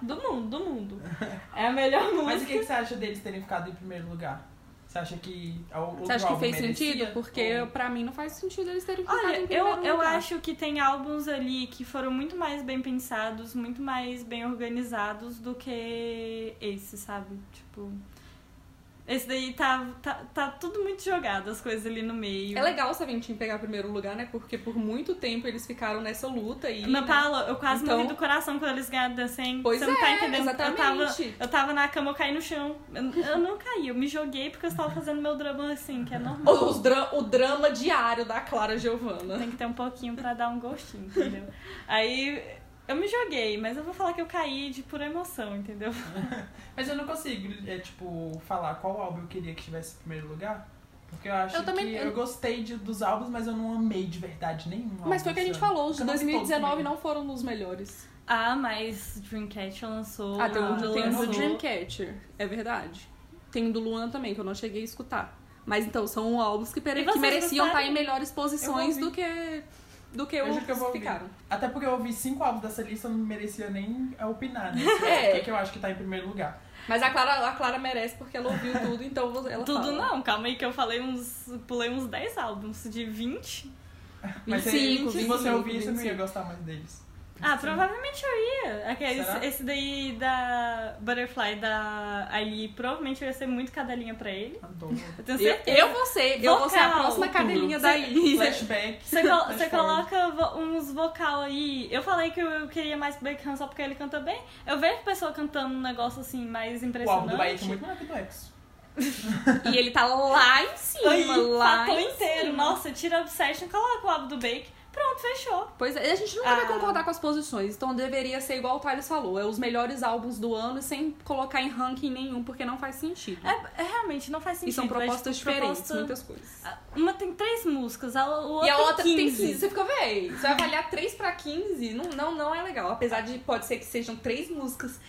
do mundo, do mundo. É a melhor Mas o música. que, que você acha deles terem ficado em primeiro lugar? Você acha que a- o Você outro acha que álbum fez merecia? sentido? Porque Ou- pra mim não faz sentido eles terem ficado Olha, em primeiro eu, eu lugar. acho que tem álbuns ali que foram muito mais bem pensados, muito mais bem organizados do que esse, sabe? Tipo. Esse daí tá, tá, tá tudo muito jogado, as coisas ali no meio. É legal o Seventeen pegar primeiro lugar, né? Porque por muito tempo eles ficaram nessa luta e... Mas, Paula, eu quase Então- morri do coração quando eles ganharam Dancing. Pois tá- Você não tá é, entendendo? exatamente. Eu tava, eu tava na cama, eu caí no chão. Eu, eu não caí, eu me joguei porque eu estava fazendo meu drama assim, que é normal. Ou os dra- o drama diário da Clara Giovanna. Tem que ter um pouquinho pra dar um gostinho, entendeu? Aí eu me joguei, mas eu vou falar que eu caí de pura emoção, entendeu? Mas eu não consigo, é, tipo, falar qual álbum eu queria que tivesse em primeiro lugar. Porque eu acho Eu também- que eu gostei de- dos álbuns, mas eu não amei de verdade nenhum. álbum, Mas foi o que a gente sabe? falou, os de Eu não vi todos 2019 também. não foram os melhores. Ah, mas Dreamcatcher lançou. Ah, tem, o- o, Luan tem o do lançou. Dreamcatcher, é verdade. Tem o do Luan também, que eu não cheguei a escutar. Mas então, são álbuns que, pere- E que vocês mereciam gostaram? estar em melhores posições Eu do vou que, do que Eu os juro que eu vou que ouvir. ficaram. Até porque eu ouvi cinco álbuns dessa lista, eu não merecia nem opinar, né? É. O que, que eu acho que tá em primeiro lugar. Mas a Clara, a Clara merece porque ela ouviu tudo, então ela Tudo fala. não, calma aí que eu falei uns. Pulei uns 10 álbuns de 20. Mas se- 25, se você 25, ouvir isso, eu não ia 25. gostar mais deles. Ah, provavelmente eu ia. Aquele, Será? esse daí da Butterfly da Ali, provavelmente eu ia ser muito cadelinha pra ele. Adoro. Eu tenho Eu, certeza. eu vou ser, eu vou ser a Vocal, próxima tudo. cadelinha da Ilha. Flashback. Você, col- Flash você forward. coloca vo- uns vocal aí. Eu falei que eu queria mais Beckham só porque ele canta bem. Eu vejo pessoa cantando um negócio assim mais O álbum do impressionante. Baek é muito maior que do Exo. E ele tá lá em cima, Aí, lá fator em inteiro. cima. Nossa, tira Obsession, coloca o álbum do Bake. Pronto, fechou. Pois é, e a gente nunca vai Ah. concordar com as posições, então deveria ser igual o Thales falou, é os melhores álbuns do ano e sem colocar em ranking nenhum, porque não faz sentido. É, é, realmente não faz e sentido. são propostas é, tipo, diferentes, proposta- muitas coisas. Uma tem três músicas, a o- é outra, E a outra 15. tem 15, você fica, véi, você vai avaliar 3 pra 15, não, não, não é legal. Apesar de pode ser que sejam três músicas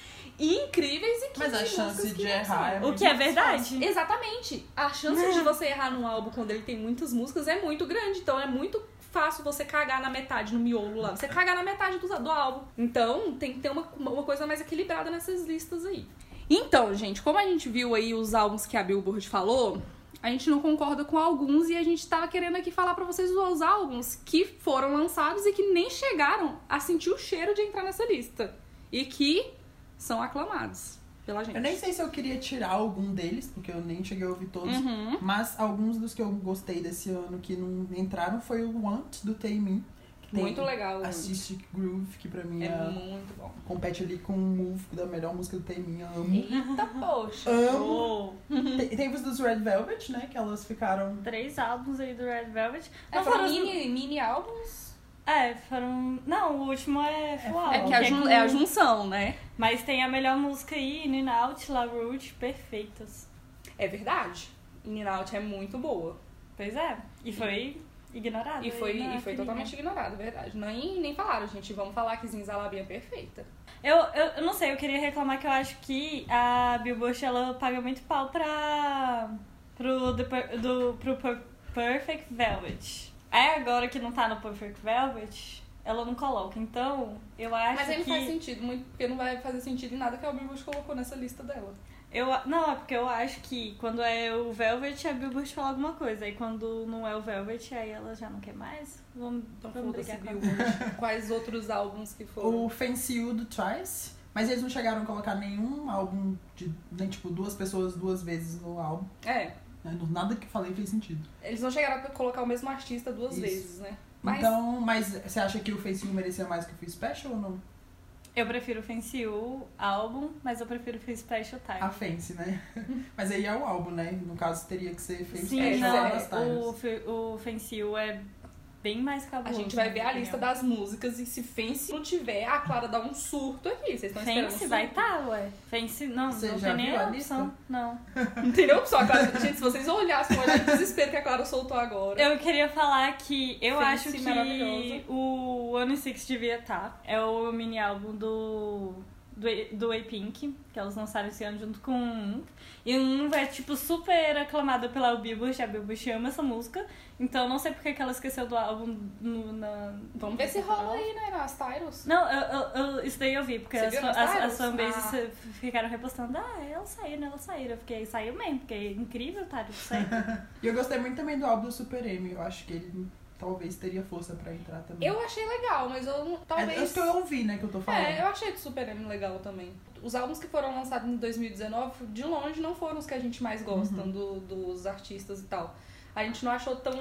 incríveis e 15 Mas a chance músicas de não errar é são. O que é verdade. Exatamente. A chance de você errar num álbum quando ele tem muitas músicas é muito grande. Então é muito fácil você cagar na metade, no miolo lá. Você cagar na metade do, do álbum. Então tem que ter uma, uma coisa mais equilibrada nessas listas aí. Então, gente, como a gente viu aí os álbuns que a Billboard falou, a gente não concorda com alguns e a gente tava querendo aqui falar pra vocês os álbuns que foram lançados e que nem chegaram a sentir o cheiro de entrar nessa lista. E que são aclamados pela gente. Eu nem sei se eu queria tirar algum deles, porque eu nem cheguei a ouvir todos. Uhum. Mas alguns dos que eu gostei desse ano que não entraram foi o Want, do Taemin. que tem Muito legal. Assist Groove, que pra mim É é, muito bom. compete ali com o Move, da melhor música do Taemin. eu Amo. Eita, Tá, poxa. Amo. Oh, Tem, tem os dos Red Velvet, né? Que elas ficaram... três álbuns aí do Red Velvet. É, Não foram foram- mini, mini álbuns? É, foram. Não, o último é full álbum. É porque a jun- com- é a junção, né? Mas tem a melhor música aí, In and Out, La Rouge, perfeitas. É verdade. In and Out é muito boa. Pois é. E foi ignorada. né? e aí foi, na e foi filhinha. totalmente ignorado, é verdade. Nem, nem falaram, gente. Vamos falar que Zinzalabim é perfeita. Eu, eu, eu não sei, eu queria reclamar que eu acho que a Billboard ela paga muito pau pra. pro, The Per- do, pro Per- Perfect Velvet. Aí agora que não tá no Perfect Velvet, ela não coloca. Então, eu acho Mas aí não que. faz sentido muito, porque não vai fazer sentido em nada que a Billboard colocou nessa lista dela. Eu, a- não, é porque eu acho que quando é o Velvet, a Billboard fala alguma coisa. Aí quando não é o Velvet, aí ela já não quer mais. Vamos, Então vamos foda-se brigar com a Billboard. Quais outros álbuns que foram? O Fancy You, do Twice. Mas eles não chegaram a colocar nenhum álbum de. Nem tipo duas pessoas duas vezes no álbum. É, né? Nada que falei fez sentido. eles não chegaram a colocar o mesmo artista duas Isso. vezes, né? Mas Então, mas você acha que o Face You merecia mais que o Free Special ou não? Eu prefiro Fancy You, álbum, mas eu prefiro Fancy Special É. Time. A Face, né? mas aí é o álbum, né? No caso teria que ser Face Sim, Special, não, Dallas o, Fe- o Fancy You é bem mais a cabuloso. gente vai na ver minha a lista opinião. das músicas e se Fence não tiver, a Clara dá um surto aqui. Vocês estão esperando. um Fancy surto? vai tá, ué. Fancy, não, Você não já tem nem viu a opção. Não. Não tem nem opção. A Clara, gente, se vocês olhassem, vão olhar de desespero que a Clara soltou agora. Eu queria falar que eu Fancy acho que maravilhosa. o One Six devia estar. É o mini álbum do. Do, E- do A-Pink, que elas lançaram esse ano junto com um. E um é, tipo, super aclamado pela Billboard, a Billboard ama essa música. Então não sei porque que ela esqueceu do álbum no, na... Vamos ver se rola aí, né, nas Tyros. tá Não, eu, eu- eu- isso daí eu vi, porque Você as, viu fa- nos as, as Tyros? fanbases Ah. ficaram repostando. Ah, elas saíram, elas saíram. Eu fiquei, saiu mesmo, porque é incrível, tá? Tipo, saiu. E eu gostei muito também do álbum do Super M. Eu acho que ele talvez teria força pra entrar também. Eu achei legal, mas eu não- É isso talvez. que eu ouvi, né? Que eu tô falando. É, eu achei do Super M legal também. Os álbuns que foram lançados em 2019, de longe, não foram os que a gente mais gosta do- dos artistas e tal. A gente não achou tão.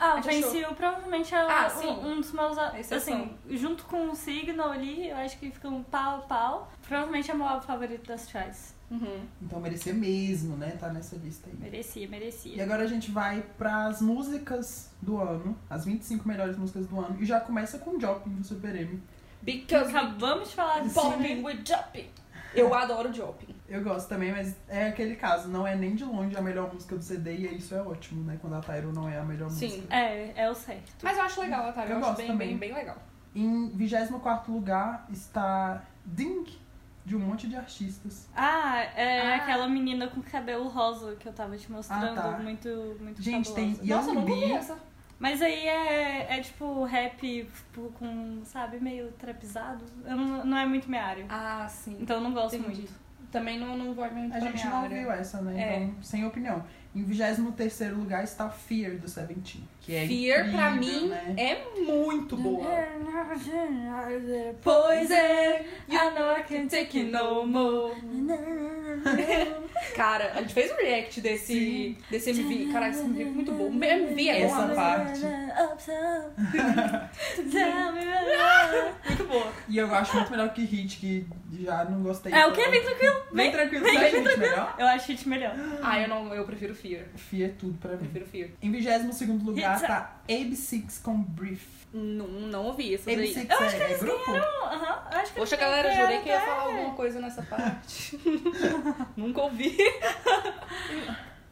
Ah, o Mas achou. Pencil provavelmente é Ah, um- sim. um, dos meus. a- A Assim, exceção. junto com o Signal ali, eu acho que fica um pau a pau. Provavelmente é o meu álbum favorito das Tries. Uhum. Então merecia mesmo, né? Tá nessa lista aí. Merecia, merecia. E agora a gente vai pras músicas do ano, as 25 melhores músicas do ano, e já começa com Jopping do Super M. Because we Acabamos de falar disso. popping, né? we jumping. Eu adoro Jopping. Eu gosto também, mas é aquele caso, não é nem de longe a melhor música do CD, e isso é ótimo, né? Quando a Tyro não é a melhor Sim. música. É, é o certo. Mas eu acho legal, Atari. Eu, Eu acho gosto bem, também. bem, bem legal. Em 24 lugar está Dink, de um monte de artistas. Ah, é Ah. aquela menina com cabelo rosa que eu tava te mostrando. Ah, tá. Muito, muito Gente, tem cabulosa. Nossa, eu não Yambi, conheço. Mas aí é, é tipo rap tipo, com, sabe, meio trapizado. Eu não, não é muito minha área. Ah, sim. Então eu não gosto Entendi. muito. Também não, não vai muito a pra gente minha não área. viu essa, né? Então, É. Então, sem opinião. Em 23 lugar está Fear do Seventeen, que é Fear, pra incrível, mim, né? é muito boa. Pois é, I know I can take it no more. Cara, a gente fez um react desse, desse MV. Caralho, esse MV é muito bom. O MV é Essa bom, parte. muito boa. E eu acho muito melhor que Hit, que já não gostei. É o que? tanto. Vem tranquilo. Vem Vem. tranquilo, você acha Hit melhor? Eu acho it melhor. Ah, eu não, eu prefiro Fear. Fia é tudo pra Eu mim. prefiro Fear. Em 22 lugar Hit. tá AB6 com Brief. Não, não ouvi essas aí. AB6 é, é grupo? Aham, eu acho que Poxa, eles galera, têm jurei que ia até- falar alguma coisa nessa parte. Nunca ouvi.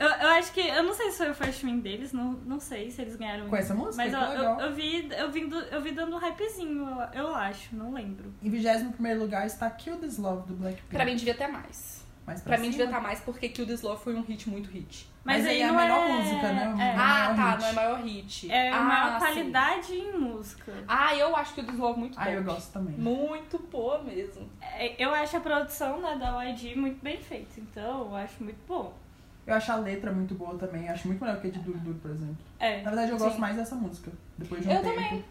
Eu, eu acho que. Eu não sei se foi o freshman deles, não, não sei se eles ganharam. Com essa música? Mas que eu, legal. eu, eu vi, eu, vi, do- eu vi dando um hypezinho, eu- eu acho, não lembro. Em 21 lugar está Kill This Love do Blackpink. Pra mim devia ter mais. Mas Pra mim cima- devia tá estar mais porque Kill This Love foi um hit muito hit. Mas aí é a não melhor música, né? É, ah, maior tá, hit. não é maior hit. é a ah, maior sim. qualidade em música. Ah, eu acho Kill This Love muito Ah, eu top. gosto também. Muito boa mesmo. É, Eu acho a produção né, da YG muito bem feita, então eu acho muito bom. Eu acho a letra muito boa também. Acho muito melhor que a de Duro Duro, por exemplo. É. Na verdade, eu gosto Sim. mais dessa música. Depois de um Eu tempo. também.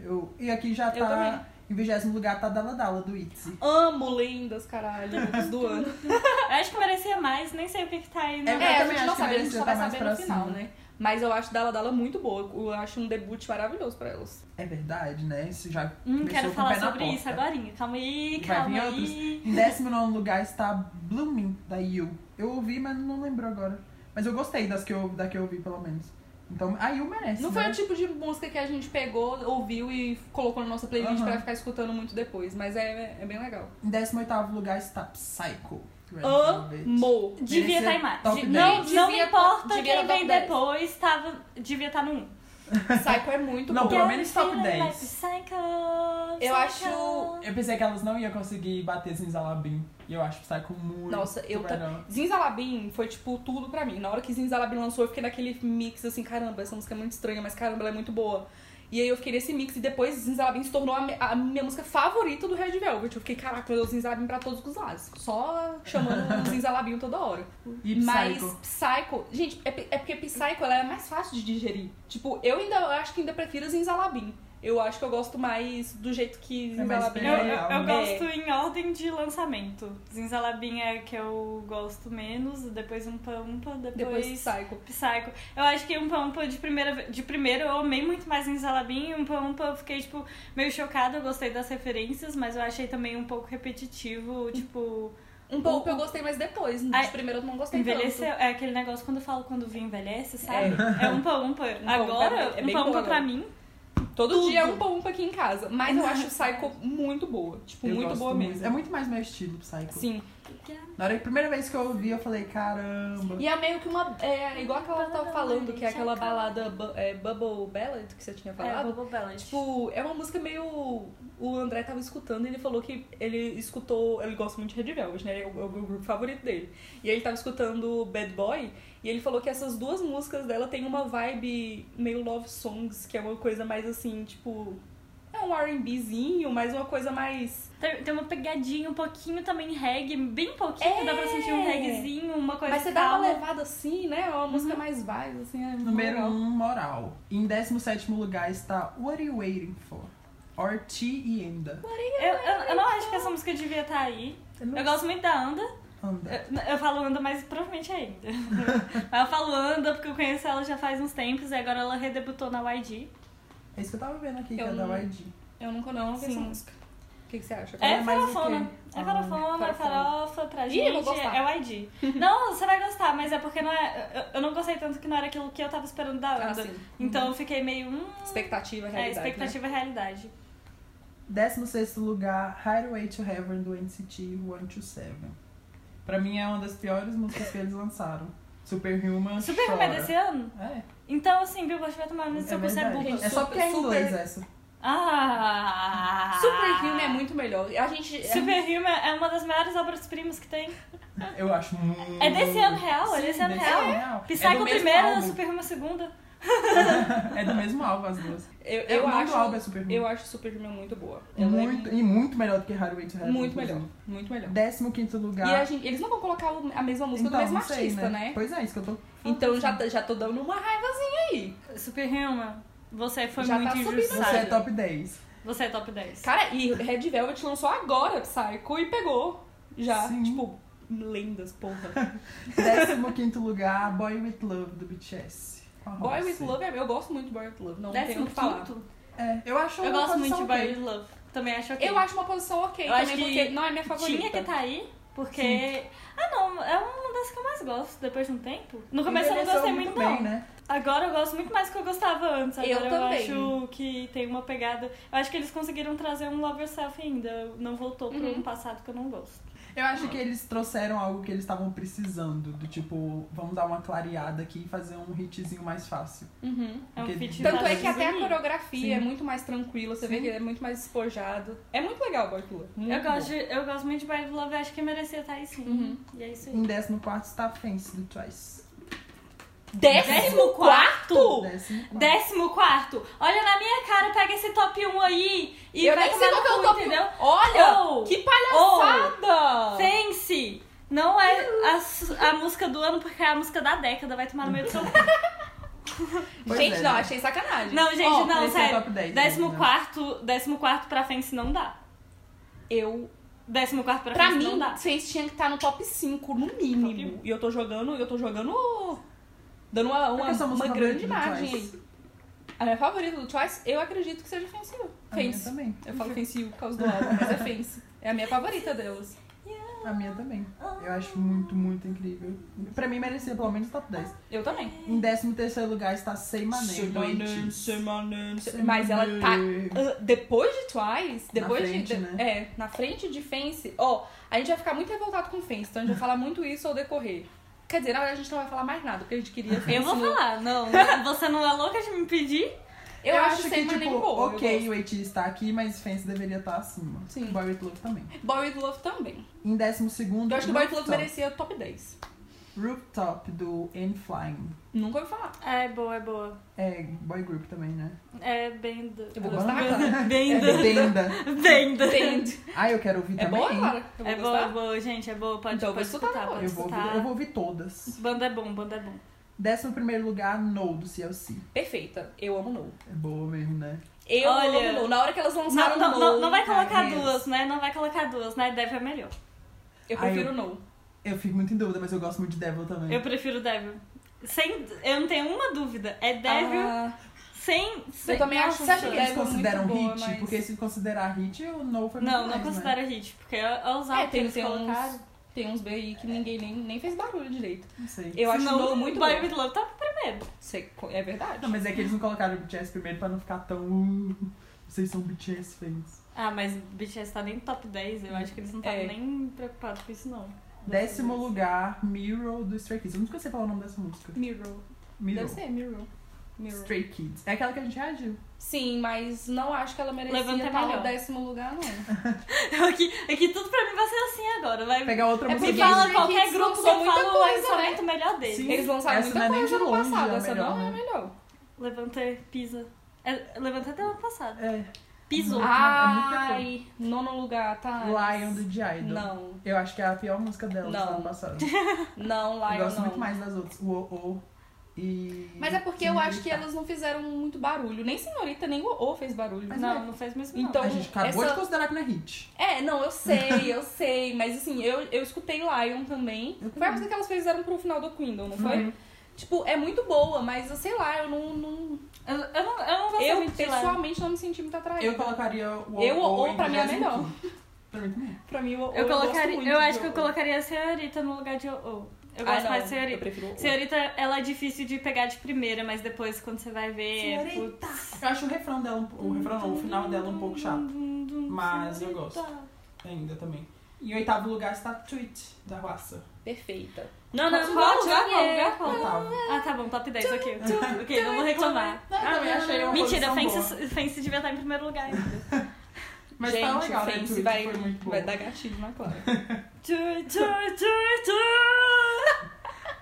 Eu... E aqui já Eu tá... também. Em 20 lugar tá Dala Dala do ITZY. Amo lendas, caralho, lendas do ano. Eu acho que merecia mais, nem sei o que, que tá aí. no- É, É, a também gente acho não que sabe, a gente merecia só vai tá mais saber no pra final, cima. né? Mas eu acho Dala Dala muito boa. Eu acho um debut maravilhoso pra elas. É verdade, né? Isso já Hum, começou quero com o falar pé na sobre isso porta. agora. Calma aí, Vai vir calma outros. aí. Em 19 lugar está Blooming, da Yu. Eu ouvi, mas não lembro agora. Mas eu gostei das que eu, da que eu ouvi, pelo menos. Então, a Yu merece. Não né? foi o tipo de música que a gente pegou, ouviu e colocou na nossa playlist Aham. pra ficar escutando muito depois. Mas é, é bem legal. Em 18 lugar está Psycho. Red Velvet. Amo! Devia Merecia estar em mais. top De- 10. Não, não Devia importa tá- devia quem no top vem 10. depois, tava, devia estar no 1. Psycho é muito Não, bom. pelo menos top 10. Eu acho- Eu pensei que elas não iam conseguir bater sem Zalabim. E eu acho Psycho muito. Nossa, eu ta- melhor. Zinzalabim foi, tipo, tudo pra mim. Na hora que Zinzalabim lançou, eu fiquei naquele mix, assim, caramba, essa música é muito estranha, mas caramba, ela é muito boa. E aí eu fiquei nesse mix e depois Zinzalabim se tornou a, me- a minha música favorita do Red Velvet. Eu fiquei, caraca, eu dou Zinzalabim pra todos os lados. Só chamando o Zinzalabim toda hora. E Mas Psycho. Psycho, gente, é, pe- é porque Psycho ela é mais fácil de digerir. Tipo, eu ainda eu acho que ainda prefiro Zinzalabim. Eu acho que eu gosto mais do jeito que É mais Zinzalabim É, Eu, eu- legal, eu né? gosto em ordem de lançamento. Zinzalabim é a que eu gosto menos, depois um pampa, Depois depois, Psycho. Psycho. Eu acho que um pampa de primeira ve- de primeiro eu amei muito mais Zinzalabim e um pampa eu fiquei tipo meio chocada, eu gostei das referências, mas eu achei também um pouco repetitivo, tipo, Um pouco eu gostei, mas depois. De Ai, primeiro eu não gostei envelheceu, é aquele negócio quando eu falo quando o vinho envelhece, sabe? tanto. É, um pampa. Umpa Agora, é um bem pampa boa, pra né? mim, Todo Tudo. dia é um pão um aqui em casa. Mas eu acho Psycho muito boa. Tipo, Eu muito gosto boa mesmo. É muito mais meu estilo, Psycho. Sim. Na hora, a primeira vez que eu ouvi, eu falei, caramba. E é meio que uma. É igual aquela que eu tava falando, que é aquela balada bu- é, Bubble Ballad que você tinha é falado. Bobo Balance. Tipo, é uma música meio. O André tava escutando e ele falou que ele escutou. Ele gosta muito de Red Velvet, né? É o, é o grupo favorito dele. E ele tava escutando Bad Boy e ele falou que essas duas músicas dela tem uma vibe meio love songs, que é uma coisa mais assim, tipo. É um RBzinho, mas uma coisa mais. Tem, tem uma pegadinha um pouquinho também reggae, bem pouquinho, É. dá pra sentir um reggaezinho, uma coisa Mas você dá uma calma. levada assim, né? É uma música mais vibe, assim. É Número legal. 1, um, moral. Em 17 lugar está What Are You Waiting For? Orti e Enda. Eu, eu, eu não acho que essa música devia estar aí. Eu gosto muito da Anda. Anda. É É, Eu, eu falo Anda, mas provavelmente é ainda. mas eu falo Anda porque eu conheço ela já faz uns tempos e agora ela redebutou na YG. É isso que eu tava vendo aqui, que Eu é da não- YG. Eu nunca não ouvi Sim. essa música. O que, que você acha? É é mais o quê? farofona. É Ah, farofona, é farofona. farofa, pra Ih, gente. eu vou gostar. é YG. não, você vai gostar, mas é porque não é. eu- Eu não gostei tanto que não era aquilo que eu tava esperando da Ah, Anda. sim. Então eu fiquei meio. Hum, Expectativa, é, realidade. né? expectativa e realidade. 16 lugar, Highway to Heaven do NCT 127. Pra mim é uma das piores músicas que eles lançaram. Superhuman. Super chora. Chora. desse ano? É. Então, assim, Billboard vai tomar no seu cu, você é verdade. burro. burra. É só porque é em Super- inglês essa. Ah! Superhuman é muito melhor. A gente. é- Superhuman é uma das maiores obras-primas que tem. Eu acho muito. É desse ano real, é Uhum. Sim, desse ano real. É do Psycho mesmo primeira, álbum. Superhuman segunda. É do mesmo álbum as duas. Eu, É, eu o nome do álbum é acho. Superhuman. Eu acho Superhuman muito boa. Ela Muito, é E muito melhor do que Highway to Heaven. muito inclusive. melhor. Muito melhor. Décimo quinto lugar. E a gente- eles não vão colocar o- a mesma música Então, do mesmo não sei, artista, né? Pois é, isso que eu tô. Então já, tá- já tô dando uma raivazinha aí. Superhuman, você foi Já tá muito subindo. injustiçado. Você é top 10. Você é top 10. Cara, e Red Velvet lançou agora Psycho e pegou. Já. Sim. Tipo, lendas, porra. Décimo quinto lugar, Boy With Love do BTS. Com a Boy Halsey. with Love é. Eu gosto muito de Boy with Love. Não tem o Décimo que falar. quinto. É, eu acho Eu uma gosto muito posição de Boy ok. With Love. Também acho ok. Eu acho uma posição ok Eu também, acho que porque não é minha favorita. Tinha que tá- estar aí, porque... Ah não, é uma das que eu mais gosto, depois de um tempo. No começo eu não Envelheceu gostei muito, não. bem, né? Agora eu gosto muito mais do que eu gostava antes. Agora Eu também. acho que tem uma pegada. Eu acho que eles conseguiram trazer um Love Yourself ainda. Não voltou pro Uhum. um passado que eu não gosto. Eu acho que eles trouxeram algo que eles estavam precisando, do tipo, vamos dar uma clareada aqui e fazer um hitzinho mais fácil. Uhum. É um Porque- feat Tanto da é que até a Zuni. coreografia Sim. é muito mais tranquila, você vê Sim. que é muito mais despojado. É muito legal, Bartula. Muito Eu gosto, bom. de- eu gosto muito de Bad Love, acho que merecia estar aí sim. Uhum. E é isso aí. Em 14 está Fence do Twice. Décimo quarto? Décimo quarto. Décimo quarto. Olha na minha cara, pega esse top 1 aí e eu vai nem sei qual tomar no que é o cu, top. entendeu? Olha! Oh! que palhaçada! Fence! Não é a, su- a música do ano, porque é a música da década, vai tomar no meio do seu cu. Pois gente, é, não, né? achei sacanagem. Não, gente, Ó, não, esse é o sério. top 10, décimo, né? quarto, décimo quarto pra Fence não dá. Eu. Décimo quarto pra, Pra Fence mim, não dá. vocês tinham que estar no top 5, no mínimo. E eu tô jogando, eu tô jogando. Dando uma, Qual que uma, é a sua uma música grande favorita do margem Twice? aí. A minha favorita do Twice, eu acredito que seja Fence You. A minha Fence. também. Eu falo Fence You por causa do álbum, mas é Fence. É a minha favorita delas. A minha também. Eu acho muito, muito incrível. Pra mim merecia pelo menos top 10. Eu também. Em 13 lugar está Sem Mané, do Eighties. Mas ela tá. ah, Depois de Twice, depois frente, de. né? É, na frente de Fence, ó, a gente vai ficar muito revoltado com Fence, então a gente vai falar muito isso ao decorrer. Quer dizer, na verdade a gente não vai falar mais nada, porque a gente queria Fence. Eu vou no- falar, não. Você não é louca de me pedir? Eu, acho, que, sem tipo, maneira boa. eu ok, o Eighties está aqui, mas Fence deveria estar acima. Sim. Boy With Love também. gosto. Boy with Love também. Em 12 segundo, Eu acho que o Boy with Love Rooftop. merecia top 10. Rooftop, do N-Flying. Nunca ouvi falar. É boa, é boa. É, boy group também, né? É benda. Eu vou Agora gostar, não. Clara. É Benda. Benda. Benda. Entende? Ah, eu quero ouvir É também. boa, Clara? Eu vou É boa, é gostar. boa, gente. É boa. Pode, Então eu vou pode escutar escutar, agora. pode Eu vou, escutar. ouvir, eu vou ouvir todas. Banda é bom, banda é bom. Décimo primeiro lugar, No, do CLC. Perfeita. Eu amo No. É boa mesmo, né? Eu Olha. amo Nu. Na hora que elas Não, lançaram não, No, não, não vai cara, colocar é. duas, né? Não vai colocar duas, né? Deve é melhor. eu Ai, prefiro eu- No. Eu fico muito em dúvida, mas eu gosto muito de Devil também. Eu prefiro Devil. Sem, eu não tenho uma dúvida. É Devil Ah, sem, sem. eu também acho Nossa, que Eles Devil é consideram muito hit, boa, mas- porque se considerar hit, o No foi muito Não, não mais, né? considero hit, porque é é os álbuns é, que tem, eles tem colocaram. uns, tem uns B aí que ninguém nem, nem fez barulho direito. Né? Não sei. Eu acho Senão, No muito Boy bom. With Love tá primeiro. Sei- É verdade. Não, mas é que eles não colocaram o BTS primeiro pra não ficar tão... "Uh, vocês são BTS fans. Ah, mas BTS tá nem top 10, eu acho que eles não estavam É. nem preocupados com isso, não. Décimo lugar, Mirror do Stray Kids. Eu nunca sei falar o nome dessa música. Mirror. Mirror. Deve ser Mirror. Mirror. Stray Kids. É aquela que a gente reagiu. Sim, mas não acho que ela Levanta merecia é estar melhor. no décimo lugar, não. Aqui, aqui é tudo pra mim vai ser assim agora. Vai, Pegar outra É me música porque eles deles. fala Stray qualquer Kids grupo que lançou eu muita falo o coisa, instrumento melhor dele. Sim. Eles lançaram Essa não é muita nem coisa de no longe passado, a essa melhor, não é a né? melhor. Levantei, pisa. É, levantei até ano passado. É, Pisou. Ah, Ai, nono lugar, tá? Lion do The Idol. Não, Eu acho que é a pior música dela do Não. ano passado. não, Lion eu gosto não. muito mais das outras. O O O e. Mas é porque eu acho que Senhorita. elas não fizeram muito barulho. Nem Senhorita, nem o O fez barulho. Mas não, é. não fez mesmo Então- A gente acabou essa- de considerar que não é hit. É, não, eu sei, eu sei. Mas assim, eu, eu escutei Lion também. Eu Foi também. a música que elas fizeram pro final do Kingdom, não foi? Uhum. Tipo, é muito boa, mas eu sei lá, eu não. não- não. Eu, eu não, eu não gosto Eu muito de Lion. pessoalmente não me senti muito atraída. Eu colocaria o O Eu, O O, em pra mim, é 25. melhor. Pra mim também. Pra mim, o O assim. Eu, gosto colocaria, muito eu de acho que eu O. colocaria a senhorita no lugar de O. O. Eu Ah, gosto não, mais de Eu senhorita. prefiro o O. Senhorita, ela é difícil de pegar de primeira, mas depois quando você vai ver. é, Senhorita. putz. Eu acho o refrão dela, um po- o refrão não, o final dela um pouco chato. Mas eu gosto. Ainda também. Em oitavo lugar está Tweet, da Ruaça. Perfeita. Não, não, não, Qual? não, já Qual? volto, já volto. Oitavo. Ah, tá bom, top 10, ok. Ok, não vou reclamar. Ah, eu achei uma Mentira, posição Fence boa. Fence devia estar em primeiro lugar ainda. Mas Gente, tá legal, né? Fence Tweet vai, foi muito bom. vai dar gatilho na Clara. Tu, tu, tu, tu.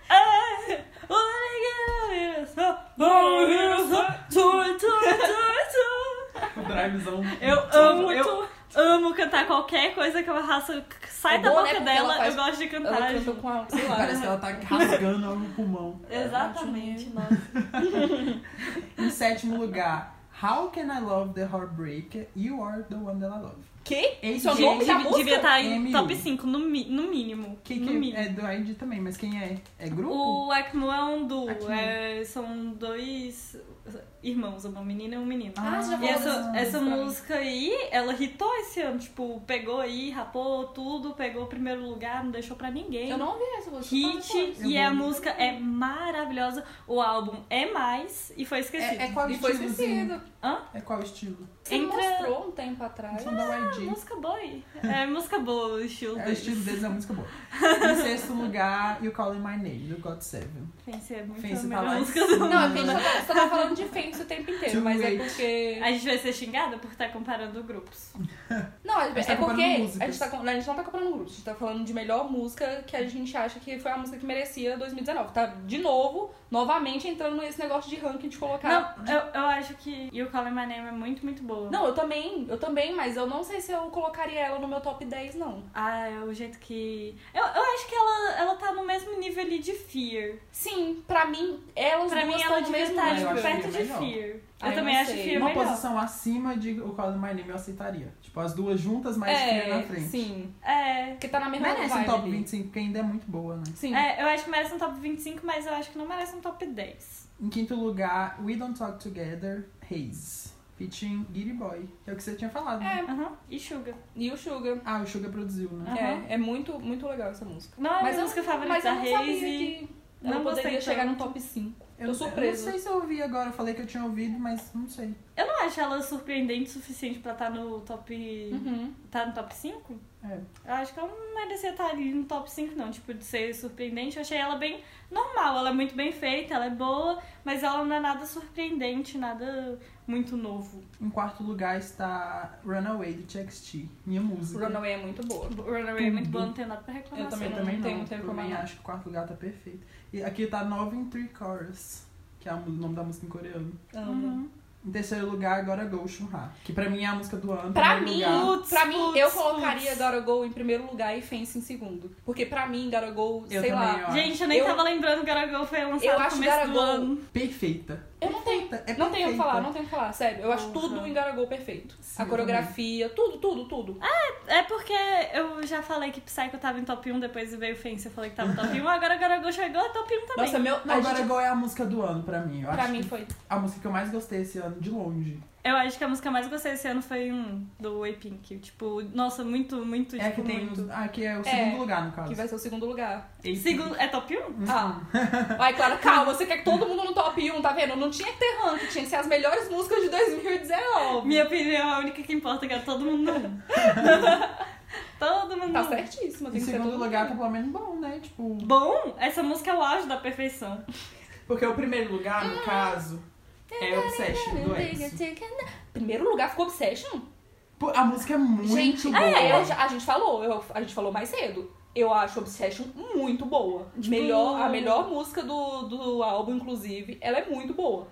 É, o Miguel é só- o Miguel é só- tu, tu, tu, tu. O drivezão. Eu amo, eu amo cantar qualquer coisa que a raça sai É da bom, né, boca porque dela, ela faz- eu gosto de cantar. Ela gente. cantou com a, sei lá, Parece que ela tá rasgando algum pulmão. Exatamente, nossa. Em sétimo lugar, How Can I Love the Heartbreaker? You Are the One That I Love. Que? Isso é o Devia- nome da devia, tá- música? devia estar em MU. top 5, no, mi- no mínimo. Que, no que mínimo. é do ID também, mas quem é? É grupo? O Acnu é um duo, Acnu. é, são dois irmãos, uma menina e um menino. Ah, já E falou essa, dessa- essa pra mim. música aí, ela hitou esse ano, tipo, pegou aí, rapou tudo, pegou o primeiro lugar, não deixou pra ninguém. Eu não ouvi essa música. Hit, Eu e vou a ouvir música é maravilhosa, o álbum é mais e foi esquecido. É, é qual E foi estilo? esquecido. Hã? É qual estilo? é Você Entra- mostrou um tempo atrás. São da YG. Música boy. É música boa o estilo É, o deles. estilo deles é música boa. Em sexto lugar, You Calling My Name, do God Seven. Fancy é muito a Fence tá melhor lá em música. cima. Não, é que a gente só tá, só tá falando de Fence o tempo inteiro, Too mas é late. porque... A gente vai ser xingada por estar comparando grupos. Não, é, gente tá é porque comparando a músicas. gente, tá, com- não, a gente não tá comparando grupos, a gente tá falando de melhor música que a gente acha que foi a música que merecia 2019. Tá, de novo, novamente entrando nesse negócio de ranking de colocar... Não, eu, eu acho que You Calling My Name é muito, muito boa. Não, eu também, eu também, mas eu não sei se eu colocaria ela no meu top 10, não. Ah, é o jeito que. Eu, eu acho que ela, ela tá no mesmo nível ali de Fear. Sim, pra mim, tá elas Pra duas mim, estão ela no devia mesmo estar nível. tipo, Eu acho perto Fear de melhor. Fear. Ah, eu eu também não acho sei. Fear Uma melhor. posição acima de You Calling My Name eu aceitaria. Tipo, as duas juntas, mas é, Fear na frente. sim. É. Porque tá na mesma Merece um vibe top ali. 25, porque ainda é muito boa, né? Sim. É, eu acho que merece um top 25, mas eu acho que não merece um top 10. Em quinto lugar, We Don't Talk Together, Haze. Featuring Giri Boy, que é o que você tinha falado. né? É, Aham. E Suga. e o Sugar. Ah, o Suga produziu, né? Aham. É, é muito, muito legal essa Ah, música. Não é a Mas eu- música favorita Mas eu da não sabia Haze. que Não ela poderia gostei chegar tanto. no top 5. Eu Tô não- surpresa. Eu não sei se eu ouvi agora, eu falei que eu tinha ouvido, mas não sei. Eu não acho ela surpreendente o suficiente pra estar no top. Uhum. Tá no top 5? É. Eu acho que ela não merecia estar ali no top 5, não. Tipo, de ser surpreendente. Eu achei ela bem normal. Ela é muito bem feita, ela é boa, mas ela não é nada surpreendente, nada muito novo. Em quarto lugar está Runaway do TXT, minha música. Runaway é muito boa. O Runaway é muito boa, não tem nada pra reclamar. assim. Eu também Eu sobre. também não tenho não, muito a também reclamar. acho que o quarto lugar tá perfeito. E aqui tá Nove in Three Chorus, que é o nome da música em coreano. Amo. Uhum. Em terceiro lugar, agora Go Shun Ha, que pra mim é a música do ano. Uhum. Pra primeiro mim, lugar. Putz, pra mim, eu putz, colocaria putz. Gotta Go em primeiro lugar e Fence em segundo. Porque pra mim, Gotta Go, Eu sei também, lá. ó. Gente, eu nem Eu- tava lembrando que Garagol foi lançado eu no acho começo do Garagol- ano. perfeita. Eu não tenho. perfeita. É Não tenho o que perfeita. falar, não tenho o que falar, sério. Eu acho Porra. tudo em Garagol perfeito. Sim, a eu Ah, coreografia, tudo, tudo, tudo. É porque eu já falei que Psycho tava em top 1, depois veio Fence, eu falei que tava em top 1, agora Garagol chegou, é top 1 também. Nossa, meu. Não, a agora gente- Go é a música do ano pra mim. Eu pra acho mim que foi. a música que eu mais gostei esse ano, de longe. Eu acho que a música mais gostei esse ano foi um do Way Pink. Tipo, nossa, muito, muito, É a tipo, que tem. um muito. Os... Ah, que é o É, segundo lugar, no caso. Que vai ser o segundo lugar. Esse- Segundo, é top 1? Uhum. Ah. Ai, Clara, calma, você quer que todo mundo no top 1, tá vendo? Não tinha que ter ranking, tinha que ser as melhores músicas de 2019. Minha opinião é a única que importa, que é todo mundo no um. todo mundo Tá no um. certíssima, Uhum. Em tem que ser segundo todo lugar tá mundo. pelo menos bom, né? Tipo. Bom, essa música é o auge da perfeição. Porque o primeiro lugar, no caso, é Obsession do Ex. Primeiro lugar ficou Obsession? Pô, A música é muito gente, boa. é, eu já- a gente falou, eu- a gente falou mais cedo. Eu acho Obsession muito boa. Tipo, Melhor, a melhor música do, do álbum, inclusive, ela é muito boa.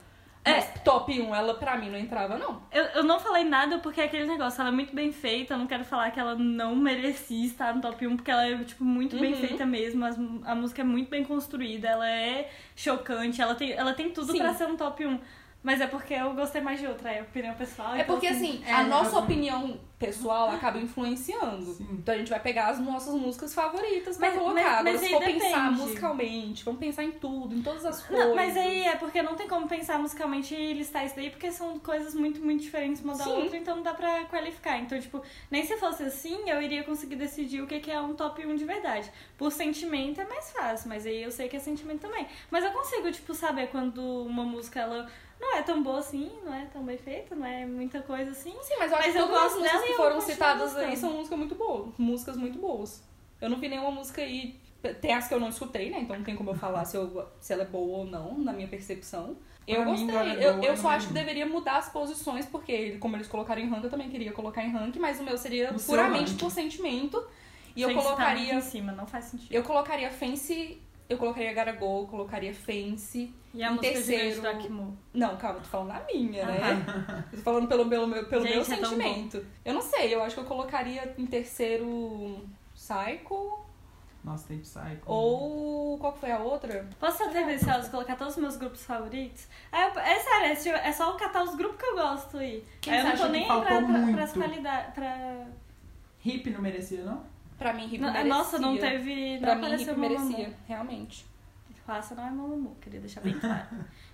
É. Mas top 1, ela pra mim não entrava, não. Eu, eu não falei nada porque é aquele negócio, ela é muito bem feita, eu não quero falar que ela não merecia estar no top 1, porque ela é, tipo, muito bem Uhum. feita mesmo, as- a música é muito bem construída, ela é chocante, ela tem, ela tem tudo Sim. pra ser um top 1. Mas é porque eu gostei mais de outra, é opinião pessoal. É então, porque, assim, é, a eu nossa um. também. opinião pessoal acaba influenciando. Sim. Então a gente vai pegar as nossas músicas favoritas pra Mas- colocar. mas- Agora, mas se aí for pensar depende. musicalmente, vamos pensar em tudo, em todas as coisas. Não, mas aí é porque não tem como pensar musicalmente e listar isso daí, porque são coisas muito, muito diferentes uma da Sim. outra, então não dá pra qualificar. Então, tipo, nem se fosse assim, eu iria conseguir decidir o que que é um top 1 de verdade. Por sentimento é mais fácil, mas aí eu sei que é sentimento também. Mas eu consigo, tipo, saber quando uma música, ela não é tão boa assim, não é tão bem feita, não é muita coisa assim. Sim, mas eu acho Mas que eu todas as gosto músicas dela e que eu foram continuo citadas aí gostando. são músicas muito boas. Músicas muito boas. Eu não vi nenhuma música aí. Tem as que eu não escutei, né? Então não tem como eu falar se, eu- se ela é boa ou não, na minha percepção. Eu Pra mim, gostei. Glória eu Groove eu é só uma acho que menina. deveria mudar as posições, porque ele- como eles colocaram em rank, eu também queria colocar em rank, mas o meu seria O seu puramente ranking. por sentimento. E eu Sem citar muito colocaria. em cima, não faz sentido. Eu colocaria Fence. Eu colocaria Garagol, colocaria Fence. E a em música terceiro- de Grande do Akimo. Não, calma, tô falando na minha, né? Ah, Eu tô falando pelo, pelo meu, pelo Gente, meu é tão sentimento. Eu não sei, eu acho que eu colocaria em terceiro Psycho Nossa, tem Psycho. ou qual que foi a outra? Posso ser tendenciosa e colocar todos os meus grupos favoritos? Ah, eu- é sério, é tipo- é só eu catar os grupos que eu gosto e. Quem Aí eu você não tô acha que nem aí faltou pra, pra, muito? pras qualidades. Pra... Hip não merecia, não? Pra mim, Hip Não, merecia. Nossa, não teve. Pra não mim, Hip apareceu merecia, Mamamoo. realmente. Faça não é Mamamoo, queria deixar bem claro.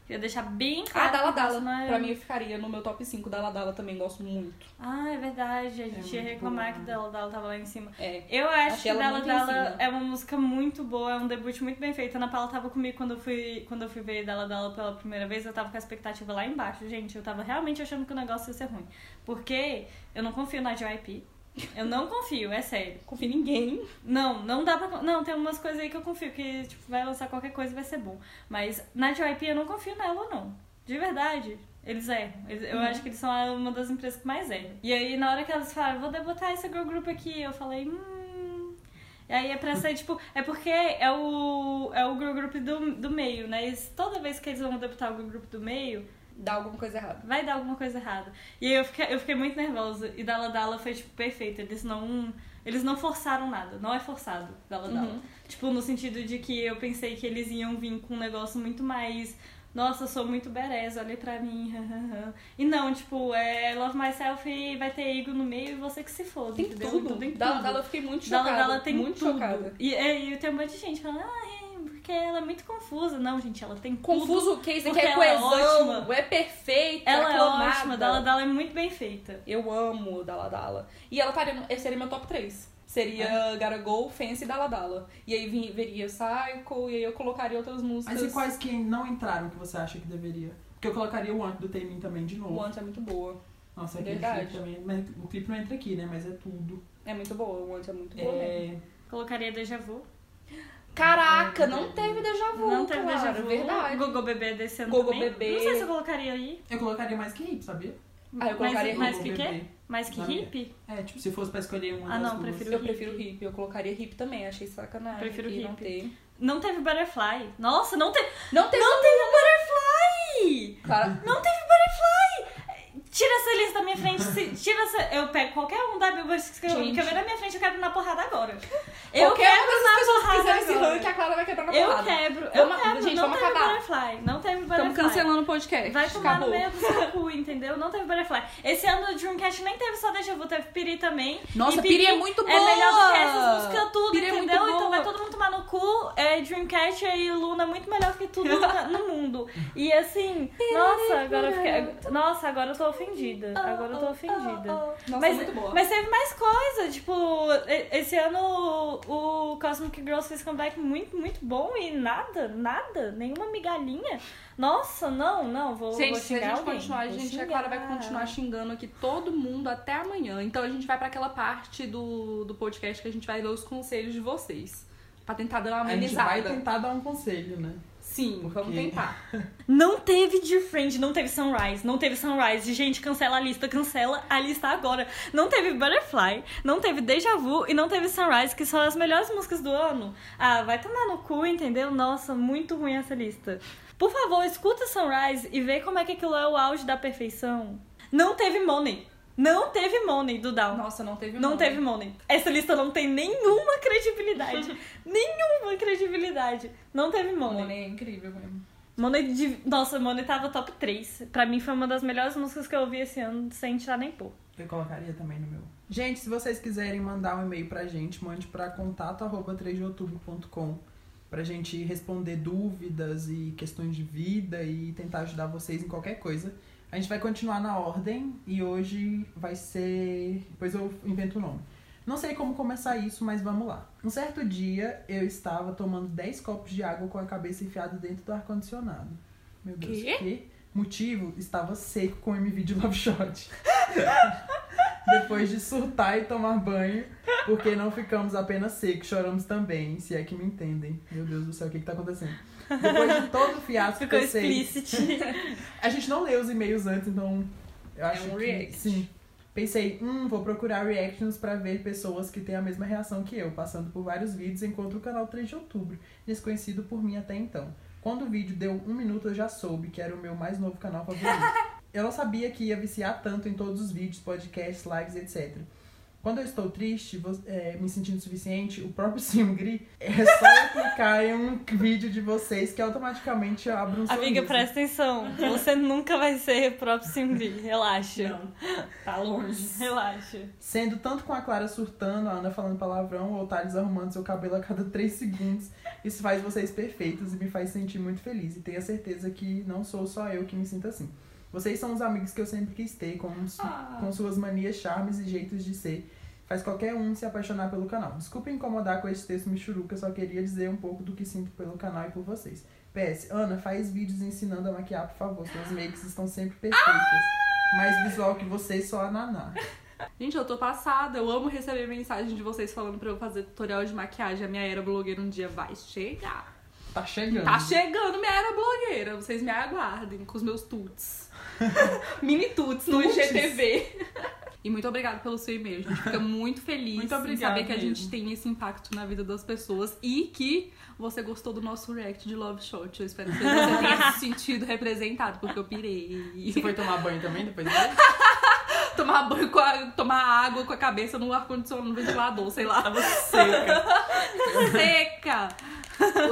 queria deixar bem Ah, claro. Dala que Faça Dala. não é- Pra mim, eu ficaria no meu top 5. Dala Dala também gosto muito. Ah, é verdade, a gente ia muito reclamar boa. que Dela Dala tava lá em cima. É. Eu acho Achei que ela Dala muito em Dala cima. é uma música muito boa, é um debut muito bem feito. A Ana Paula tava comigo quando eu fui, quando eu fui ver Dala Dala pela primeira vez, eu tava com a expectativa lá embaixo, gente. Eu tava realmente achando que o negócio ia ser ruim. Porque eu não confio na JYP. Eu não confio, é sério. Confio em ninguém. Não, não dá pra. con- Não, tem umas coisas aí que eu confio, que tipo, vai lançar qualquer coisa e vai ser bom. Mas na JYP eu não confio nela, não. De verdade. Eles erram. Eles- eu Uhum. acho que eles são a- uma das empresas que mais erram. E aí, na hora que elas falaram, vou debutar essa girl group aqui, eu falei, hum. E aí é pra ser, tipo, é porque é o, é o girl group do, do meio, né? E toda vez que eles vão debutar o girl group do meio, Dá alguma coisa errada. vai dar alguma coisa errada. E aí eu fiquei, eu fiquei muito nervosa. E Dala Dala foi, tipo, perfeito. Eles não. Eles não forçaram nada. Não é forçado, Dala Dala. Uhum. Tipo, no sentido de que eu pensei que eles iam vir com um negócio muito mais. Nossa, sou muito bereza, olha pra mim. e não, tipo, é Love Myself e vai ter Igor no meio e você que se foda. Tem entendeu? tudo. Então tem Dala tudo. Dala, eu fiquei muito chocada. Dala Dala tem muito tudo. chocada. E, e, e tem um monte de gente falando, ah, é, porque ela é muito confusa. Não, gente, ela tem tudo. Confuso o que? Isso aqui porque é ela é coesão. ótima. É, perfeita. Ela é aclamada. ótima, Dala Dala é muito bem feita. Eu amo Dala Dala. E ela estaria no- esse seria meu top 3. Seria É. Garagol, Fence e Dala Dala. E aí vim- veria Psycho, e aí eu colocaria outras músicas. Mas e quais que não entraram que você acha que deveria? Porque eu colocaria o Ant do Taemin também de novo. O Ant é muito boa. Nossa, aquele Verdade. clipe também. Mas o clipe não entra aqui, né? Mas é tudo. É muito boa, o Ant é muito boa mesmo. É... Colocaria Deja Vu. Caraca, não teve déjà vu, não teve Clara, Deja Vu. Tá verdade. Gogo Bebê desse ano Gogo também. Bebê. Não sei se eu colocaria aí. Eu colocaria mais que hip, sabia? Ah, eu colocaria mais, mais Ou que quê? bebê. Mais que Na minha. hippie? É, tipo, se fosse pra escolher uma Ah, das não, duas. prefiro- Eu prefiro hip, eu colocaria hip também, achei sacanagem. Prefiro que Não Hip. ter. Não teve Butterfly. Nossa, não teve. Não teve. Não teve Butterfly! Clara, Não teve Butterfly! Ti- Tira essa lista da minha frente. se- tira essa... Eu pego qualquer um da Billboard que eu, Gente. que eu ver na minha frente, eu quebro na porrada agora. Eu Qualquer uma quebro das pessoas na que porrada fizer esse agora. rank, a Clara vai quebrar na Eu porrada. quebro, eu Vamos- quebro. gente, não vamos teve acabar. butterfly. Não teve butterfly. Estamos cancelando o podcast. Vai tomar Acabou. no meio do seu cu, entendeu? Não teve butterfly. Esse ano o Dreamcast nem teve só Deja Vu, teve Piri também. Nossa, E Piri é muito É boa! melhor do que essas músicas tudo, Piri é muito entendeu? então boa. vai todo mundo tomar no cu. É, Dreamcast e Luna é muito melhor que tudo na- no mundo. E assim, é nossa, agora eu fiquei... Nossa, agora eu tô ofendida. Agora Oh, eu tô ofendida. Nossa, mas, muito boa. mas teve mais coisa, tipo, e- esse ano o o Cosmic Girls fez comeback muito, muito bom e nada, nada, nenhuma migalhinha. Nossa, não, não, vou, Gente, vou se a xingar gente alguém. continuar, a Vou gente, é xingar. claro, vai continuar xingando aqui todo mundo até amanhã. Então a gente vai pra aquela parte do, do podcast que a gente vai ler os conselhos de vocês. Pra tentar dar uma A gente vai amenizada. tentar dar um conselho, né? Sim, vamos Porque- tentar. Não teve de Friend, não teve Sunrise, não teve Sunrise. Gente, cancela a lista, cancela a lista agora. Não teve Butterfly, não teve Deja Vu e não teve Sunrise, que são as melhores músicas do ano. Ah, vai tomar no cu, entendeu? Nossa, muito ruim essa lista. Por favor, escuta Sunrise e vê como é que aquilo é o auge da perfeição. Não teve Money. Não teve Money do Down. Nossa, não teve Não nome. teve money. Essa lista não tem nenhuma credibilidade. nenhuma credibilidade. Não teve money. Money é incrível mesmo. Money de... Nossa, Money tava top 3. Pra mim foi uma das melhores músicas que eu ouvi esse ano, sem tirar nem pôr. Eu colocaria também no meu. Gente, se vocês quiserem mandar um e-mail pra gente, mande pra contato arroba 3 de outubro.com pra gente responder dúvidas e questões de vida e tentar ajudar vocês em qualquer coisa. A gente vai continuar na ordem e hoje vai ser. Depois eu invento o nome. Não sei como começar isso, mas vamos lá. Um certo dia eu estava tomando 10 copos de água com a cabeça enfiada dentro do ar-condicionado. Meu Deus, Quê? que motivo? Estava seco com MV de Love Shot. Depois de surtar e tomar banho, porque não ficamos apenas secos, choramos também, se é que me entendem. Meu Deus do céu, o que, que tá acontecendo? Depois de todo o fiasco que Ficou eu sei. explicit. A gente não leu os e-mails antes, então eu acho um que react. sim. Pensei, hum, vou procurar reactions pra ver pessoas que têm a mesma reação que eu, passando por vários vídeos, encontro o canal 3 de outubro, desconhecido por mim até então. Quando o vídeo deu um minuto, eu já soube que era o meu mais novo canal favorito. eu não sabia que ia viciar tanto em todos os vídeos, podcasts, lives, etc. Quando eu estou triste, vo- é, me sentindo suficiente, o próprio Singri é só eu clicar em um vídeo de vocês que automaticamente abre um Amiga, sorriso. presta atenção. Você nunca vai ser o próprio Simbi. Relaxa. Tá longe. Relaxa. Sendo tanto com a Clara surtando, a Ana falando palavrão, ou o Thales arrumando seu cabelo a cada 3 segundos, isso faz vocês perfeitos e me faz sentir muito feliz. E tenho a certeza que não sou só eu que me sinto assim. Vocês são os amigos que eu sempre quis ter, com, su- Ah. com suas manias, charmes e jeitos de ser. Faz qualquer um se apaixonar pelo canal. Desculpa incomodar com esse texto michuruca, só queria dizer um pouco do que sinto pelo canal e por vocês. PS, Ana, faz vídeos ensinando a maquiar, por favor. Suas makes estão sempre perfeitas. Mais visual que vocês, só a Naná. Gente, eu tô passada. Eu amo receber mensagem de vocês falando pra eu fazer tutorial de maquiagem. A minha era blogueira um dia vai chegar. Tá chegando. Tá chegando minha era blogueira. Vocês me aguardem com os meus tuts. Mini tuts no Tuts? IGTV. e muito obrigada pelo seu e-mail. A gente fica muito feliz Muito em obrigada saber que a mesmo. gente tem esse impacto na vida das pessoas e que você gostou do nosso react de Love Shot. Eu espero que você tenha se sentido representado, porque eu pirei. Você foi tomar banho também depois dele? Tomar banho com a, tomar água com a cabeça no ar-condicionado, no ventilador, sei lá. Tava seca. Seca!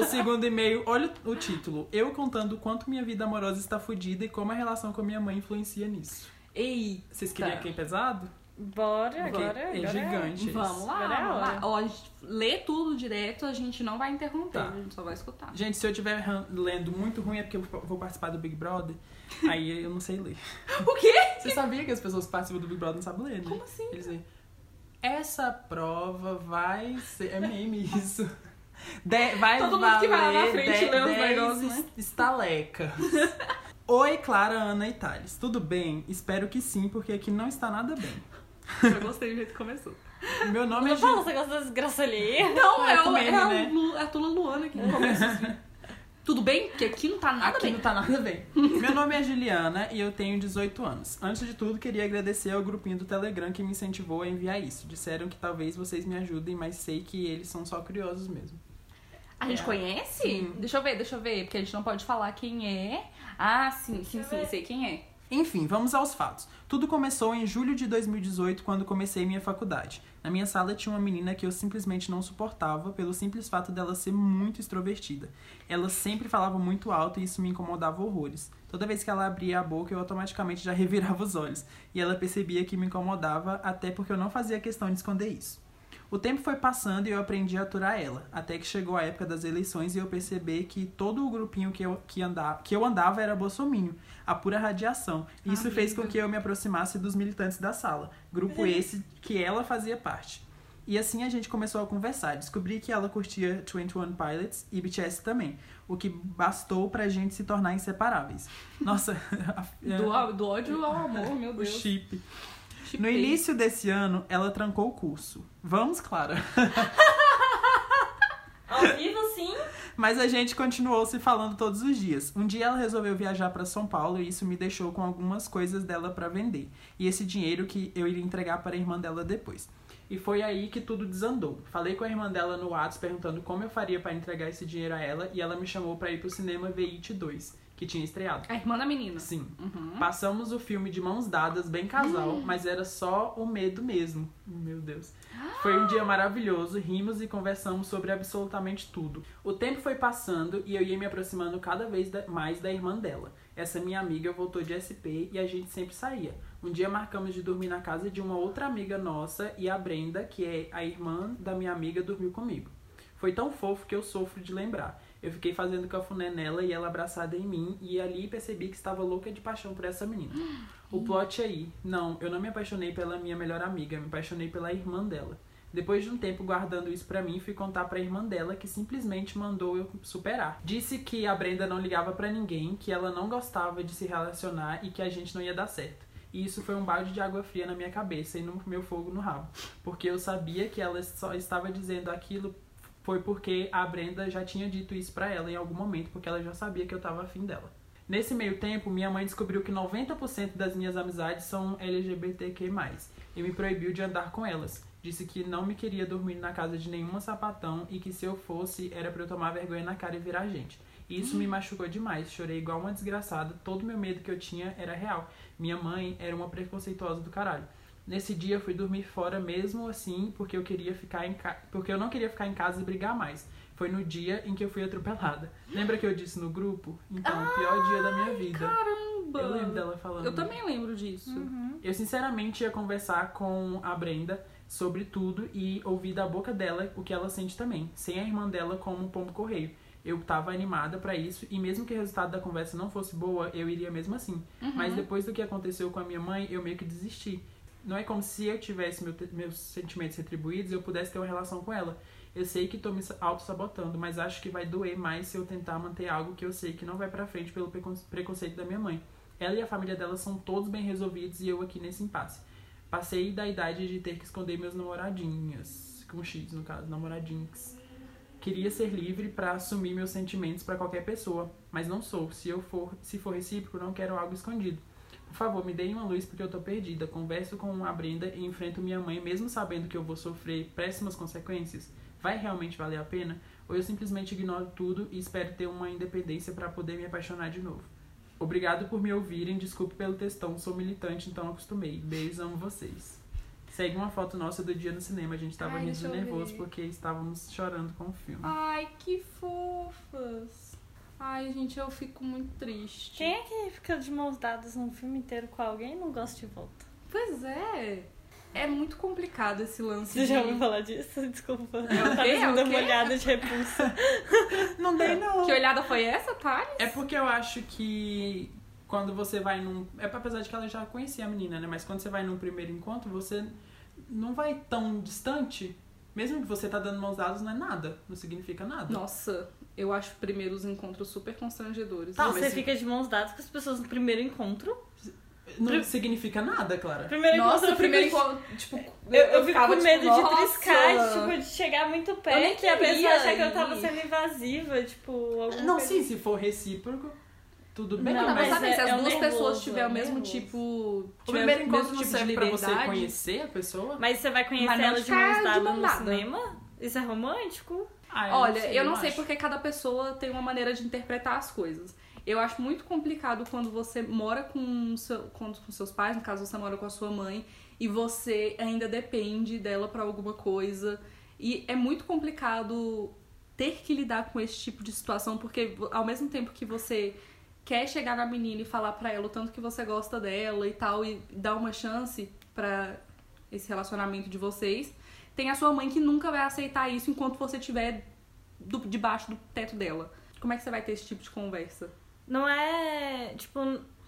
O segundo e-mail, olha o título. Eu contando o quanto minha vida amorosa está fodida e como a relação com a minha mãe influencia nisso. Ei, Vocês queriam Tá. aquele pesado? Bora, Porque agora, é agora. gigante. esse. vamos lá, Agora é a vamos lá. hora. Ó, a gente lê tudo direto, a gente não vai interromper, Tá. a gente só vai escutar. Gente, se eu estiver ran- lendo muito ruim é porque eu vou participar do Big Brother. Aí eu não sei ler. O quê? Você sabia que as pessoas que participam do Big Brother não sabem ler, né? Como assim? Eles dizem, essa prova vai ser. É meme isso. De- vai Todo mundo que vai lá na valer frente de- lê os dez negócios, né? es- estalecas. Oi, Clara, Ana e Thales. Tudo bem? Espero que sim, porque aqui não está nada bem. Eu gostei do jeito que começou. Meu nome é Não fala Gil... esse negócio das graças alheias. Não, É é, com o, meme, é, o né? Lu- é a Tula Luana que começa assim. Tudo bem? Porque aqui não tá nada Aqui bem. não tá nada bem. Meu nome é Juliana e eu tenho 18 anos. Antes de tudo, queria agradecer ao grupinho do Telegram que me incentivou a enviar isso. Disseram que talvez vocês me ajudem, mas sei que eles são só curiosos mesmo. A gente É. conhece? Sim. Deixa eu ver, deixa eu ver, porque a gente não pode falar quem é. Ah, sim, sim, eu sim, ver. sei quem é. Enfim, vamos aos fatos. Tudo começou em julho de 2018, quando comecei minha faculdade. Na minha sala tinha uma menina que eu simplesmente não suportava, pelo simples fato dela ser muito extrovertida. Ela sempre falava muito alto e isso me incomodava horrores. Toda vez que ela abria a boca, eu automaticamente já revirava os olhos, e ela percebia que me incomodava, até porque eu não fazia questão de esconder isso. O tempo foi passando e eu aprendi a aturar ela, até que chegou a época das eleições e eu percebi que todo o grupinho que eu, que andava, que eu andava era bolsominion, a pura radiação. E isso Amiga. fez com que eu me aproximasse dos militantes da sala, grupo esse que ela fazia parte. E assim a gente começou a conversar, descobri que ela curtia 21 Pilots e BTS também, o que bastou pra gente se tornar inseparáveis. Nossa, a- Do, á- do ódio ao amor, meu o Deus. chip. No Chipei. início desse ano, ela trancou o curso. Vamos, Clara. Ao vivo, sim. Mas a gente continuou se falando todos os dias. Um dia ela resolveu viajar para São Paulo e isso me deixou com algumas coisas dela para vender. E esse dinheiro que eu iria entregar para a irmã dela depois. E foi aí que tudo desandou. Falei com a irmã dela no WhatsApp perguntando como eu faria para entregar esse dinheiro a ela e ela me chamou para ir pro cinema ver It 2, que tinha estreado. A irmã da menina. Sim. Uhum. Passamos o filme de mãos dadas, bem casal, mas era só o medo mesmo. Meu Deus. Foi um dia maravilhoso, rimos e conversamos sobre absolutamente tudo. O tempo foi passando e eu ia me aproximando cada vez da- mais da irmã dela. Essa minha amiga voltou de SP e a gente sempre saía. Um dia marcamos de dormir na casa de uma outra amiga nossa e a Brenda, que é a irmã da minha amiga, dormiu comigo. Foi tão fofo que eu sofro de lembrar. Eu fiquei fazendo cafuné nela e ela abraçada em mim, e ali percebi que estava louca de paixão por essa menina. O plot é aí. Não, eu não me apaixonei pela minha melhor amiga, me apaixonei pela irmã dela. Depois de um tempo guardando isso pra mim, fui contar pra irmã dela que simplesmente mandou eu superar. Disse que a Brenda não ligava pra ninguém, que ela não gostava de se relacionar e que a gente não ia dar certo. E isso foi um balde de água fria na minha cabeça e no meu fogo no rabo, porque eu sabia que ela só estava dizendo aquilo foi porque a Brenda já tinha dito isso pra ela em algum momento, porque ela já sabia que eu tava afim dela. Nesse meio tempo, minha mãe descobriu que 90% das minhas amizades são LGBTQ+, e me proibiu de andar com elas. Disse que não me queria dormir na casa de nenhuma sapatão e que se eu fosse, era pra eu tomar vergonha na cara e virar gente. E isso me machucou demais, chorei igual uma desgraçada, todo meu medo que eu tinha era real. Minha mãe era uma preconceituosa do caralho. Nesse dia eu fui dormir fora mesmo assim, porque eu queria ficar em ca... porque eu não queria ficar em casa e brigar mais. Foi no dia em que eu fui atropelada. Lembra que eu disse no grupo? Então, o pior dia da minha vida. Caramba! Eu lembro dela falando. Eu também lembro disso. Eu sinceramente ia conversar com a Brenda sobre tudo e ouvir da boca dela o que ela sente também, sem a irmã dela como pombo correio. Eu tava animada pra isso e mesmo que o resultado da conversa não fosse boa, eu iria mesmo assim. Mas depois do que aconteceu com a minha mãe, eu meio que desisti. Não é como se eu tivesse meu te- meus sentimentos retribuídos e eu pudesse ter uma relação com ela. Eu sei que tô me sa- auto-sabotando, mas acho que vai doer mais se eu tentar manter algo que eu sei que não vai pra frente pelo precon- preconceito da minha mãe. Ela e a família dela são todos bem resolvidos e eu aqui nesse impasse. Passei da idade de ter que esconder meus namoradinhos. Com X, no caso, namoradinhos. Queria ser livre pra assumir meus sentimentos pra qualquer pessoa, mas não sou. Se eu for, se for recíproco, não quero algo escondido. Por favor, me deem uma luz porque eu tô perdida. Converso com a Brenda e enfrento minha mãe mesmo sabendo que eu vou sofrer péssimas consequências. Vai realmente valer a pena? Ou eu simplesmente ignoro tudo e espero ter uma independência pra poder me apaixonar de novo? Obrigado por me ouvirem, desculpe pelo textão, sou militante, então acostumei. Beijos, amo vocês. Segue uma foto nossa do dia no cinema, a gente tava Ai, rindo deixa eu nervoso ver. porque estávamos chorando com o filme. Ai, que fofas. Ai, gente, eu fico muito triste. Quem é que fica de mãos dadas num filme inteiro com alguém e não gosta de volta? Pois é. É muito complicado esse lance. Você já de- ouviu falar disso? Desculpa. o Eu tava quê? É o me dando uma quê? olhada de repulsa. Não dei, não. Que olhada foi essa, Thales? É porque eu acho que quando você vai num. É pra- apesar de que ela já conhecia a menina, né? Mas quando você vai num primeiro encontro, você não vai tão distante. Mesmo que você tá dando mãos dadas, não é nada. Não significa nada. Nossa, eu acho primeiro os encontros super constrangedores. Tá, Você mas- fica de mãos dadas com as pessoas no primeiro encontro. Não Pri- significa nada, Clara. Primeiro encontro, Nossa, eu o primeiro fico de- encontro, tipo, Eu, eu fico ficava, com medo tipo, de triscar, nossa. tipo, de chegar muito nem perto e a pessoa queria achar que eu tava ir. sendo invasiva, tipo, alguma Não, coisa sim, se for recíproco, tudo bem. Não, Não, mas mas sabe, é- se as é um duas nervoso, pessoas tiverem é o um mesmo nervoso. tipo. o primeiro tiver mesmo encontro não tipo de serve pra você liberdade, conhecer a pessoa? Mas você vai Mas conhecer não ela de ficar mãos de dadas mão no dada. cinema? Isso é romântico? Ah, Olha, eu não sei acho. porque cada pessoa tem uma maneira de interpretar as coisas. Eu acho muito complicado quando você mora com, seu, com, com seus pais, no caso você mora com a sua mãe, e você ainda depende dela pra alguma coisa. E é muito complicado ter que lidar com esse tipo de situação, porque ao mesmo tempo que você quer chegar na menina e falar pra ela o tanto que você gosta dela e tal, e dar uma chance pra esse relacionamento de vocês, tem a sua mãe que nunca vai aceitar isso enquanto você estiver do- debaixo do teto dela. Como é que você vai ter esse tipo de conversa? Não é. Tipo.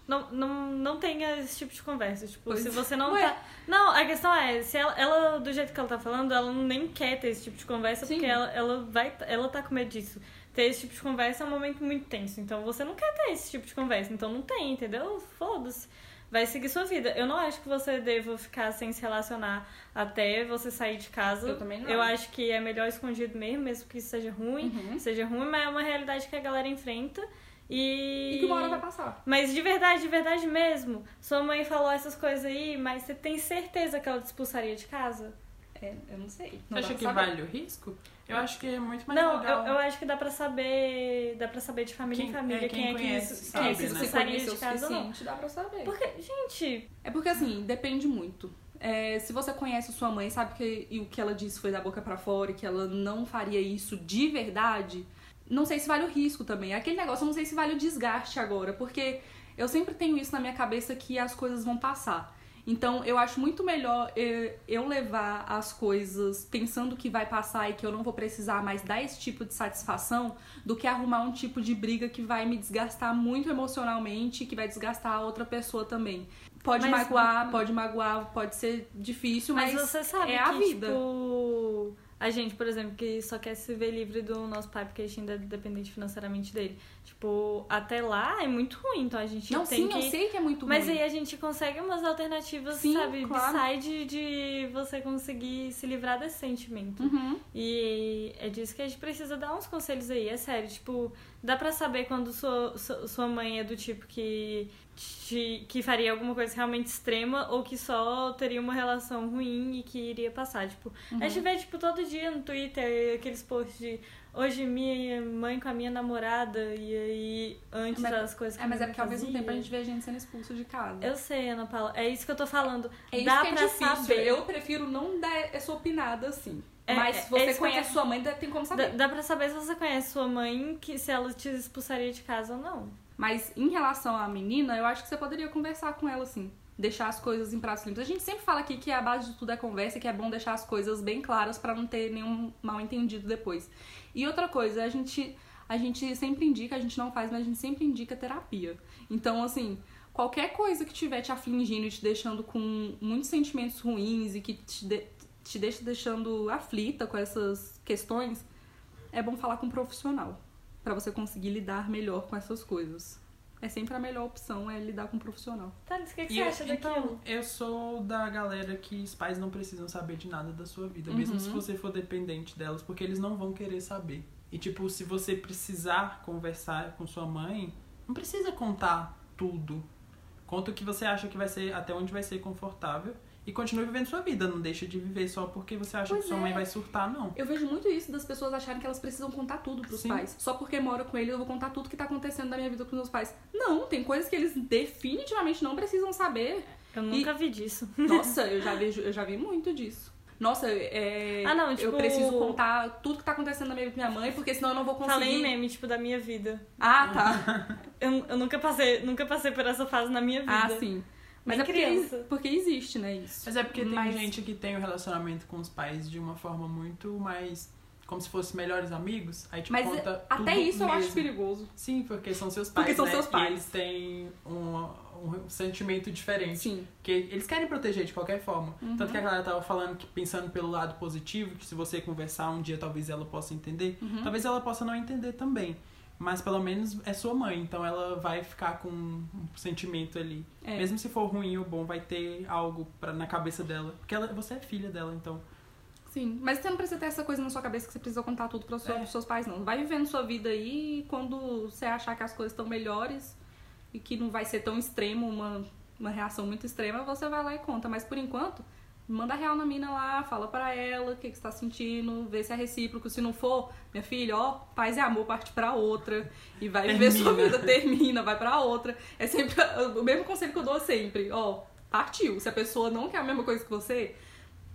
Não, não, não tenha esse tipo de conversa. Tipo, Pois se é. você não Ué. tá. Não, a questão é, se ela, ela, do jeito que ela tá falando, ela nem quer ter esse tipo de conversa, Sim. porque ela, ela vai. Ela tá com medo disso. Ter esse tipo de conversa é um momento muito tenso. Então você não quer ter esse tipo de conversa. Então não tem, entendeu? Foda-se. Vai seguir sua vida. Eu não acho que você deva ficar sem se relacionar até você sair de casa. Eu também não. Eu acho que é melhor escondido mesmo, mesmo que isso seja ruim. Uhum. Seja ruim, mas é uma realidade que a galera enfrenta. E... E que uma hora vai passar. Mas de verdade, de verdade mesmo, sua mãe falou essas coisas aí, mas você tem certeza que ela te expulsaria de casa? É, eu não sei. Você Não dá acha pra que saber. vale o risco? Eu acho que é muito mais não, legal. eu, eu acho que dá pra saber. Dá pra saber de família Quem- em família é, quem quem, é que conhece isso- sabe, quem É, é que se né? você expulsaria conhecer o de casa ou não. suficiente, dá pra saber. Porque, gente, É porque assim, depende muito. É, se você conhece sua mãe, sabe que e o que ela disse foi da boca pra fora e que ela não faria isso de verdade, não sei se vale o risco também. Aquele negócio, eu não sei se vale o desgaste agora, porque eu sempre tenho isso na minha cabeça que as coisas vão passar. Então eu acho muito melhor eh, eu levar as coisas pensando que vai passar e que eu não vou precisar mais dar esse tipo de satisfação do que arrumar um tipo de briga que vai me desgastar muito emocionalmente e que vai desgastar a outra pessoa também. Pode Mas- magoar, pode magoar, pode ser difícil, mas, mas, você sabe é a que, vida. tipo, a gente, por exemplo, que só quer se ver livre do nosso pai porque a gente ainda é dependente financeiramente dele. Tipo, até lá é muito ruim, então a gente não, tem sim, que... eu sei que é muito Mas ruim. aí a gente consegue umas alternativas, Sim, sabe? claro. Beside de você conseguir se livrar desse sentimento. Uhum. E é disso que a gente precisa dar uns conselhos aí, é sério. Tipo, dá pra saber quando sua, sua sua mãe é do tipo que, te, que faria alguma coisa realmente extrema ou que só teria uma relação ruim e que iria passar. Tipo, Uhum. a gente vê, tipo, todo dia no Twitter aqueles posts de hoje minha mãe com a minha namorada e aí antes Mas- das coisas que É, mas minha é mãe porque ao mesmo fazia. tempo a gente vê a gente sendo expulso de casa. Eu sei, Ana Paula. É isso que eu tô falando. É isso Dá que é pra difícil. saber. Eu prefiro não dar essa opinada assim. É, Mas é- se você é isso que eu conhece ia- sua mãe, dá- tem como Dá, saber. dá pra saber se você conhece sua mãe, que se ela te expulsaria de casa ou não. Mas em relação à menina, eu acho que você poderia conversar com ela assim. Deixar as coisas em pratos limpos. A gente sempre fala aqui que a base de tudo é conversa, que é bom deixar as coisas bem claras pra não ter nenhum mal entendido depois. E outra coisa, a gente, a gente sempre indica, a gente não faz, mas a gente sempre indica terapia. Então, assim, qualquer coisa que tiver te afligindo e te deixando com muitos sentimentos ruins e que te, de- te deixa deixando aflita com essas questões, é bom falar com um profissional pra você conseguir lidar melhor com essas coisas. É sempre a melhor opção é lidar com um profissional. Thales, o que, que E você eu- acha então, daquilo? Eu sou da galera que os pais não precisam saber de nada da sua vida, Uhum. mesmo se você for dependente delas, porque eles não vão querer saber. E tipo, se você precisar conversar com sua mãe, não precisa contar tudo. Conta o que você acha que vai ser, até onde vai ser confortável. E continue vivendo sua vida, não deixa de viver só porque você acha Pois que sua é. mãe vai surtar, não. Eu vejo muito isso das pessoas acharem que elas precisam contar tudo pros Sim. pais. Só porque moro com ele, eu vou contar tudo que tá acontecendo na minha vida com meus pais. Não, tem coisas que eles definitivamente não precisam saber. Eu nunca vi disso. Nossa, eu já vejo, eu já vi muito disso. Nossa, é, Ah, não, eu tipo- preciso contar tudo que tá acontecendo na minha vida com minha mãe, porque senão eu não vou conseguir. Falei em meme, tipo, da minha vida. Ah, tá. Eu, eu nunca passei, nunca passei por essa fase na minha Uhum. vida. Ah, sim. Mas Nem é porque, criança. porque existe, né, isso. Mas é porque tem Mas- gente que tem o relacionamento com os pais de uma forma muito mais. como se fossem melhores amigos. Aí, tipo, Mas conta até tudo isso eu acho mesmo. perigoso. Sim, porque são seus pais. Porque são né? seus E pais. eles têm um, um sentimento diferente. Sim. Uhum. Porque eles querem proteger de qualquer forma. Tanto que a Clara tava falando que pensando pelo lado positivo, que se você conversar um dia talvez ela possa entender. Uhum. Talvez ela possa não entender também. Mas pelo menos é sua mãe, então ela vai ficar com um sentimento ali. É. Mesmo se for ruim ou bom, vai ter algo pra, na cabeça dela. Porque ela, você é filha dela, então. Sim, mas você não precisa ter essa coisa na sua cabeça que você precisa contar tudo para É. pros seus pais, não. Vai vivendo sua vida aí e quando você achar que as coisas estão melhores e que não vai ser tão extremo, uma, uma reação muito extrema, você vai lá e conta. Mas por enquanto, Manda real na mina lá, fala pra ela o que, que você tá sentindo, vê se é recíproco. Se não for, minha filha, ó, paz e amor, parte pra outra. E vai viver sua vida, termina, vai pra outra. É sempre o mesmo conselho que eu dou sempre, ó, partiu. Se a pessoa não quer a mesma coisa que você,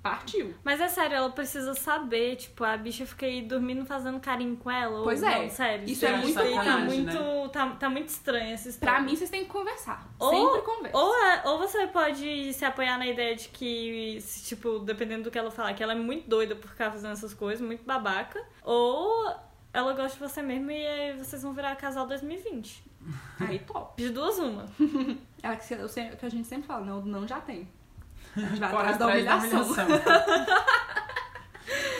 partiu. Mas é sério, ela precisa saber, tipo, a bicha fica aí dormindo fazendo carinho com ela. Pois ou é, Não, sério. isso é gente, muito né? aí tá sacanagem, muito, tá, tá muito estranho essa história. Pra mim, vocês têm que conversar. Ou- sempre conversa. Ou, é- ou você pode se apoiar na ideia de que, se, tipo, dependendo do que ela falar, que ela é muito doida por ficar fazendo essas coisas, muito babaca. Ou ela gosta de você mesmo e aí vocês vão virar casal 2020. Aí top. De duas, uma. É o que, eu sempre- que a gente sempre fala, né? não, não já tem. A gente vai Fora atrás da humilhação. humilhação.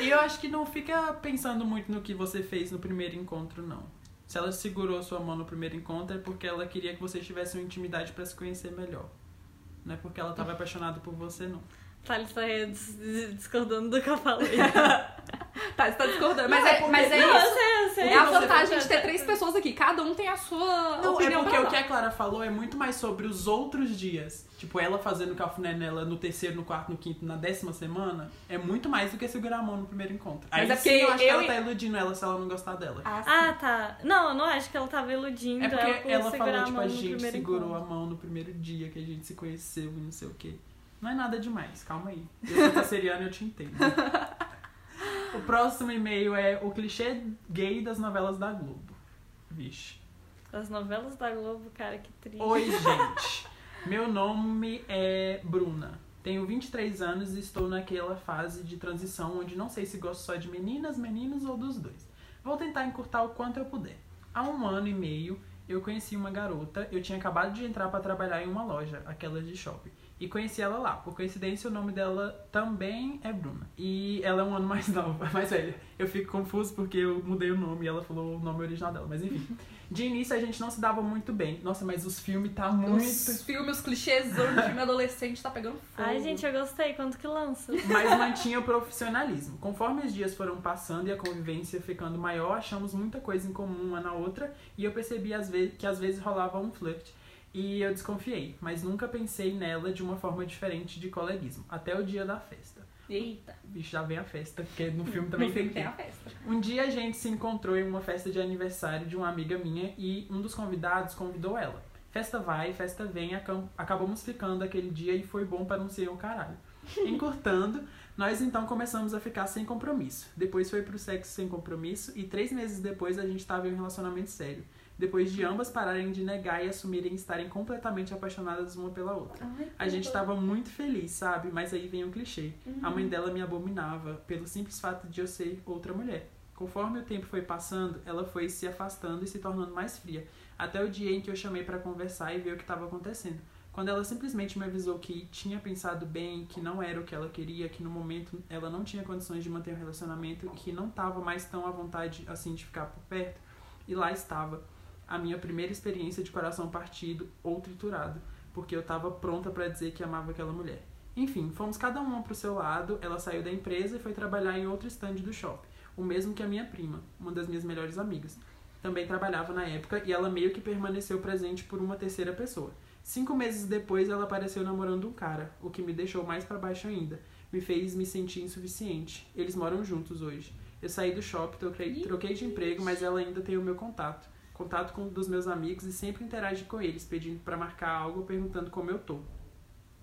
e eu acho que não fica pensando muito no que você fez no primeiro encontro, não. Se ela segurou sua mão no primeiro encontro, é porque ela queria que vocês tivessem uma intimidade pra se conhecer melhor. Não é porque ela tava apaixonada por você, não. Thales tá aí dis- dis- discordando do que eu falei. Tá, você tá discordando. Mas Não, é é, porque- mas é Não, eu isso. sei, eu sei. É a você- vantagem de ter três pessoas aqui. Cada um tem a sua Não, é opinião porque pra o que dar. a Clara falou é muito mais sobre os outros dias. Tipo, ela fazendo cafuné nela no terceiro, no quarto, no quinto, na décima semana, é muito mais do que segurar a mão no primeiro encontro. Mas Aí é sim, porque eu acho que eu ela e- tá iludindo ela se ela não gostar dela. Ah, sim. Ah, tá. Não, eu não acho que ela tava iludindo É ela por porque ela segurar falou, a tipo, mão a no gente primeiro segurou encontro. a mão no primeiro dia que a gente se conheceu e não sei o quê. Não é nada demais, calma aí. Eu sou canceriana, eu te entendo. o próximo e-mail é o clichê gay das novelas da Globo. Vixe. As novelas da Globo, cara, que triste. Oi, gente. Meu nome é Bruna. Tenho 23 anos e estou naquela fase de transição onde não sei se gosto só de meninas, meninos ou dos dois. Vou tentar encurtar o quanto eu puder. Há um ano e meio, eu conheci uma garota. Eu tinha acabado de entrar para trabalhar em uma loja, aquelas de shopping. E conheci ela lá. Por coincidência, o nome dela também é Bruna. E ela é um ano mais nova, mais velha. Eu fico confuso porque eu mudei o nome e ela falou o nome original dela, mas enfim. De início a gente não se dava muito bem. Nossa, mas os filmes tá muito. Os filmes, os clichês, o filme adolescente tá pegando fogo. Ai, gente, eu gostei. Quanto que lança? Mas mantinha o profissionalismo. Conforme os dias foram passando e a convivência ficando maior, achamos muita coisa em comum uma na outra e eu percebi às vezes, que às vezes rolava um flirt. E eu desconfiei, mas nunca pensei nela de uma forma diferente de coleguismo, até o dia da festa. Eita, Bicho, já vem a festa, porque no filme também tem tem tempo. a festa. Um dia a gente se encontrou em uma festa de aniversário de uma amiga minha e um dos convidados convidou ela. Festa vai, festa vem, acam- acabamos ficando aquele dia e foi bom para não ser o caralho. Encurtando, nós então começamos a ficar sem compromisso. Depois foi pro sexo sem compromisso e três meses depois a gente estava em um relacionamento sério. Depois de ambas pararem de negar e assumirem estarem completamente apaixonadas uma pela outra. A gente tava muito feliz, sabe? Mas aí vem um clichê. A mãe dela me abominava pelo simples fato de eu ser outra mulher. Conforme o tempo foi passando, ela foi se afastando e se tornando mais fria, até o dia em que eu chamei pra conversar e ver o que tava acontecendo. Quando ela simplesmente me avisou que tinha pensado bem, que não era o que ela queria, que no momento ela não tinha condições de manter um relacionamento, que não tava mais tão à vontade assim de ficar por perto, e lá estava a minha primeira experiência de coração partido ou triturado porque eu tava pronta pra dizer que amava aquela mulher. Enfim, fomos cada uma pro seu lado, ela saiu da empresa e foi trabalhar em outro stand do shopping, o mesmo que a minha prima, uma das minhas melhores amigas. Também trabalhava na época e ela meio que permaneceu presente por uma terceira pessoa. Cinco meses depois ela apareceu namorando um cara, o que me deixou mais pra baixo ainda. Me fez me sentir insuficiente. Eles moram juntos hoje. Eu saí do shopping, troquei, troquei de emprego, mas ela ainda tem o meu contato contato com dos meus amigos e sempre interage com eles, pedindo pra marcar algo, perguntando como eu tô.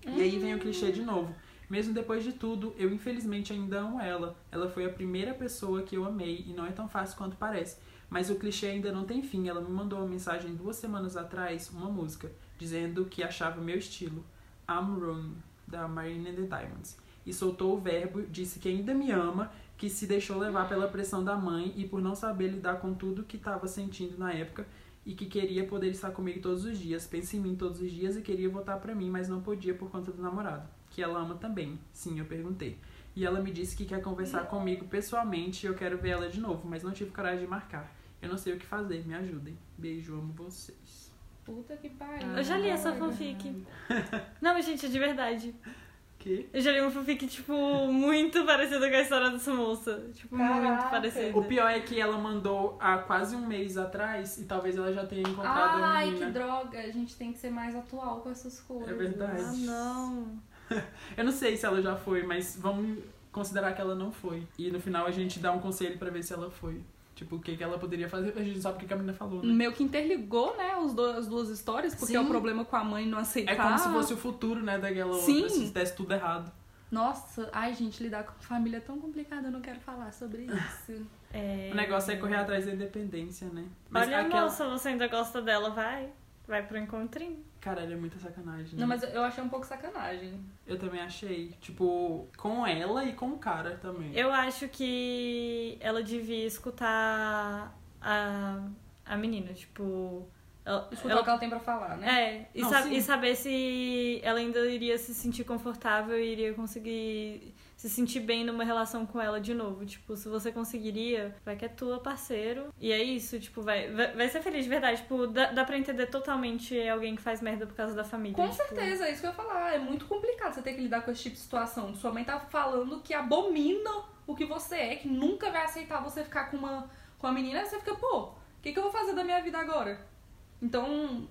E aí vem o clichê de novo. Mesmo depois de tudo, eu infelizmente ainda amo ela. Ela foi a primeira pessoa que eu amei e não é tão fácil quanto parece. Mas o clichê ainda não tem fim. Ela me mandou uma mensagem duas semanas atrás, uma música, dizendo que achava meu estilo. I'm Wrong, da Marina and the Diamonds. E soltou o verbo, disse que ainda me ama, que se deixou levar pela pressão da mãe e por não saber lidar com tudo que estava sentindo na época e que queria poder estar comigo todos os dias, pensa em mim todos os dias e queria voltar pra mim, mas não podia por conta do namorado, que ela ama também. Sim, eu perguntei. E ela me disse que quer conversar comigo pessoalmente e eu quero ver ela de novo, mas não tive coragem de marcar. Eu não sei o que fazer, me ajudem. Beijo, amo vocês. Puta que pariu. Eu já li essa fanfic. Não, gente, de verdade. Que? Eu já li uma fanfic, tipo, muito parecida com a história dessa moça. Tipo, muito Caraca. parecida. O pior é que ela mandou há quase um mês atrás e talvez ela já tenha encontrado a Ai, que menina. droga. A gente tem que ser mais atual com essas coisas. É verdade. Ah, não. Eu não sei se ela já foi, mas vamos considerar que ela não foi. E no final a gente dá um conselho pra ver se ela foi. Tipo, o que, que ela poderia fazer, a gente sabe o que que a menina falou, né? Meio que interligou, né, os do- as duas histórias, porque é o Sim. problema com a mãe não aceitar. É como se fosse o futuro, né, daquela Tá. Sim. outra, se desse tudo errado. Nossa, ai gente, lidar com família é tão complicado, eu não quero falar sobre isso. É... O negócio é correr atrás da independência, né? Mas Olha aquela... moça, você ainda gosta dela, vai. Vai pro encontrinho. Caralho, é muita sacanagem. né? Não, mas eu- eu achei um pouco sacanagem. Eu também achei. Tipo, com ela e com o cara também. Eu acho que ela devia escutar a, a menina, tipo... Ela, Escutar ela- o que ela tem pra falar, né? É, e, Não, sa- sim. e saber se ela ainda iria se sentir confortável e iria conseguir se sentir bem numa relação com ela de novo. Tipo, se você conseguiria, vai que é tua, parceiro. E é isso, tipo, vai, vai, vai ser feliz de verdade. Tipo, dá, dá pra entender totalmente alguém que faz merda por causa da família. Com tipo. certeza, é isso que eu ia falar. É muito complicado você ter que lidar com esse tipo de situação. Sua mãe tá falando que abomina o que você é, que nunca vai aceitar você ficar com uma, com uma menina. Aí você fica, pô, o que, que eu vou fazer da minha vida agora? Então,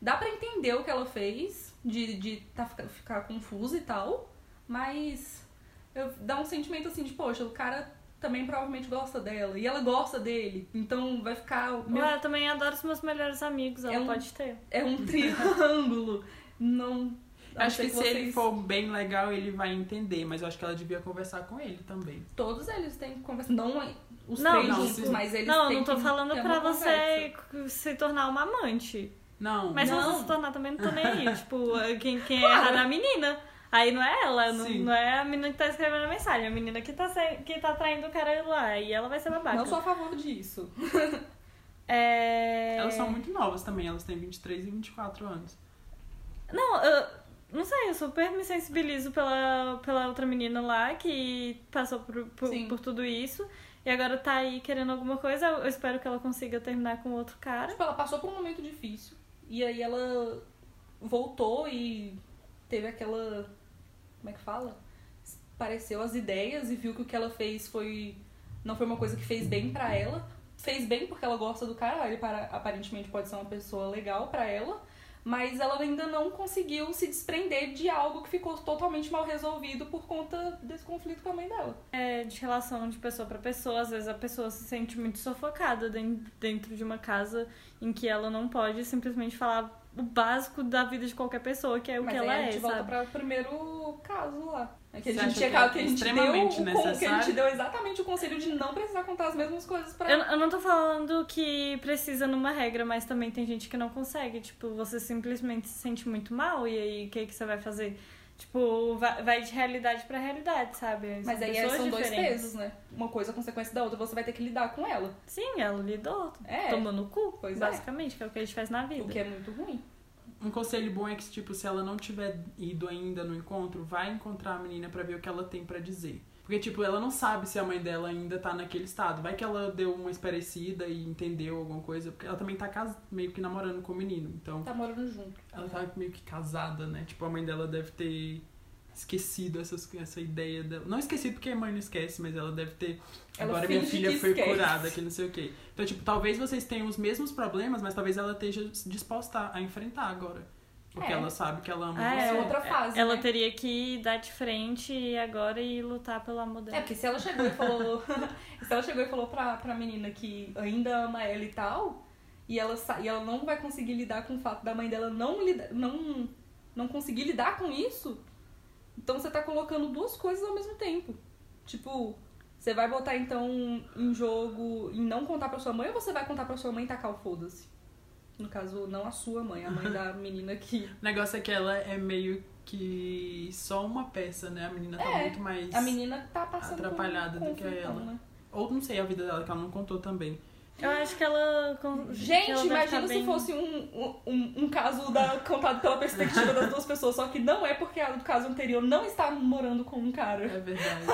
dá pra entender o que ela fez, de, de tá, fica- ficar confusa e tal, mas eu- dá um sentimento assim de, poxa, o cara também provavelmente gosta dela, e ela gosta dele, então vai ficar. meio Ué, eu também adoro os meus melhores amigos, ela É um- pode ter. é um triângulo. Não. a não Acho ser que, se ele vocês- for bem legal, ele vai entender, mas eu acho que ela devia conversar com ele também. Todos eles têm que conversar. Não é os Não, três não, juntos, sim. mas eles não, têm não tô que falando ter pra uma você se tornar uma amante. Não, Mas se Não. você se tornar também, não tô nem aí. tipo, quem, quem errar é a menina. Aí não é ela, não, Sim. não é a menina que tá escrevendo a mensagem, é a menina que tá, se- que tá traindo o cara lá. E ela vai ser conversa. babaca. Não sou a favor disso. É... elas são muito novas também, elas têm 23 e 24 anos. Não, eu não sei, eu super me sensibilizo pela, pela outra menina lá que passou por, por, Sim. por tudo isso. E agora tá aí querendo alguma coisa. Eu espero que ela consiga terminar com outro cara. Tipo, ela passou por um momento difícil. E aí ela voltou e teve aquela. Como é que fala? Pareceu as ideias e viu que o que ela fez foi. Não foi uma coisa que fez bem pra ela. Fez bem porque ela gosta do cara, ele para- aparentemente pode ser uma pessoa legal pra ela. Mas ela ainda não conseguiu se desprender de algo que ficou totalmente mal resolvido por conta desse conflito com a mãe dela. É, de relação de pessoa pra pessoa. Às vezes a pessoa se sente muito sufocada den- dentro de uma casa em que ela não pode simplesmente falar o básico da vida de qualquer pessoa, que é o mas que aí ela a é, gente volta sabe? pra primeiro caso lá. É que a Você gente acha tinha que é que a gente deu o extremamente con- que a gente necessário? deu exatamente o conselho de não precisar contar as mesmas coisas pra Eu, eu não tô falando que precisa numa regra, mas também tem gente que não consegue. Tipo, você simplesmente se sente muito mal e aí o que, que você vai fazer? Tipo, vai, vai de realidade pra realidade, sabe? As Mas aí pessoas são dois diferentes. pesos, né? Uma coisa é consequência da outra, você vai ter que lidar com ela. Sim, ela lidou, É. tomou no cu, Pois é. basicamente, que é o que a gente faz na vida. O que é muito ruim. Um conselho bom é que, tipo, se ela não tiver ido ainda no encontro, vai encontrar a menina pra ver o que ela tem pra dizer. Porque, tipo, ela não sabe se a mãe dela ainda tá naquele estado. Vai que ela deu uma esparecida e entendeu alguma coisa. Porque ela também tá cas- meio que namorando com o menino. Então, Tá morando junto. ela tá meio que casada, né? Tipo, a mãe dela deve ter esquecido essas, essa ideia dela. Não esquecido porque a mãe não esquece, mas ela deve ter. Ela Agora minha finge filha que foi esquece. curada, que não sei o quê. Então, tipo, talvez vocês tenham os mesmos problemas, mas talvez ela esteja disposta a enfrentar agora. Porque É. ela sabe que ela ama Ah, Essa é é. outra fase. Ela né? teria que dar de frente agora e lutar pelo amor Tá. É, dela. porque se ela chegou e falou. se ela chegou e falou pra, pra menina que ainda ama ela e tal, e ela, sa- e ela não vai conseguir lidar com o fato da mãe dela não, lida, não, não conseguir lidar com isso, então você tá colocando duas coisas ao mesmo tempo. Tipo, você vai botar então em jogo em não contar pra sua mãe ou você vai contar pra sua mãe e tacar o foda-se? No caso, não a sua mãe, a mãe da menina que. O negócio é que ela é meio que só uma peça, né? A menina tá É, muito mais. A menina tá passando. por um Atrapalhada do que conflitão, ela. né? Ou não sei a vida dela, que ela não contou também. Eu acho que ela. con- que ela Gente, deve imagina tá se bem- fosse um, um, um caso da, contado pela perspectiva das duas pessoas, só que não é porque a do caso anterior não está morando com um cara. É verdade.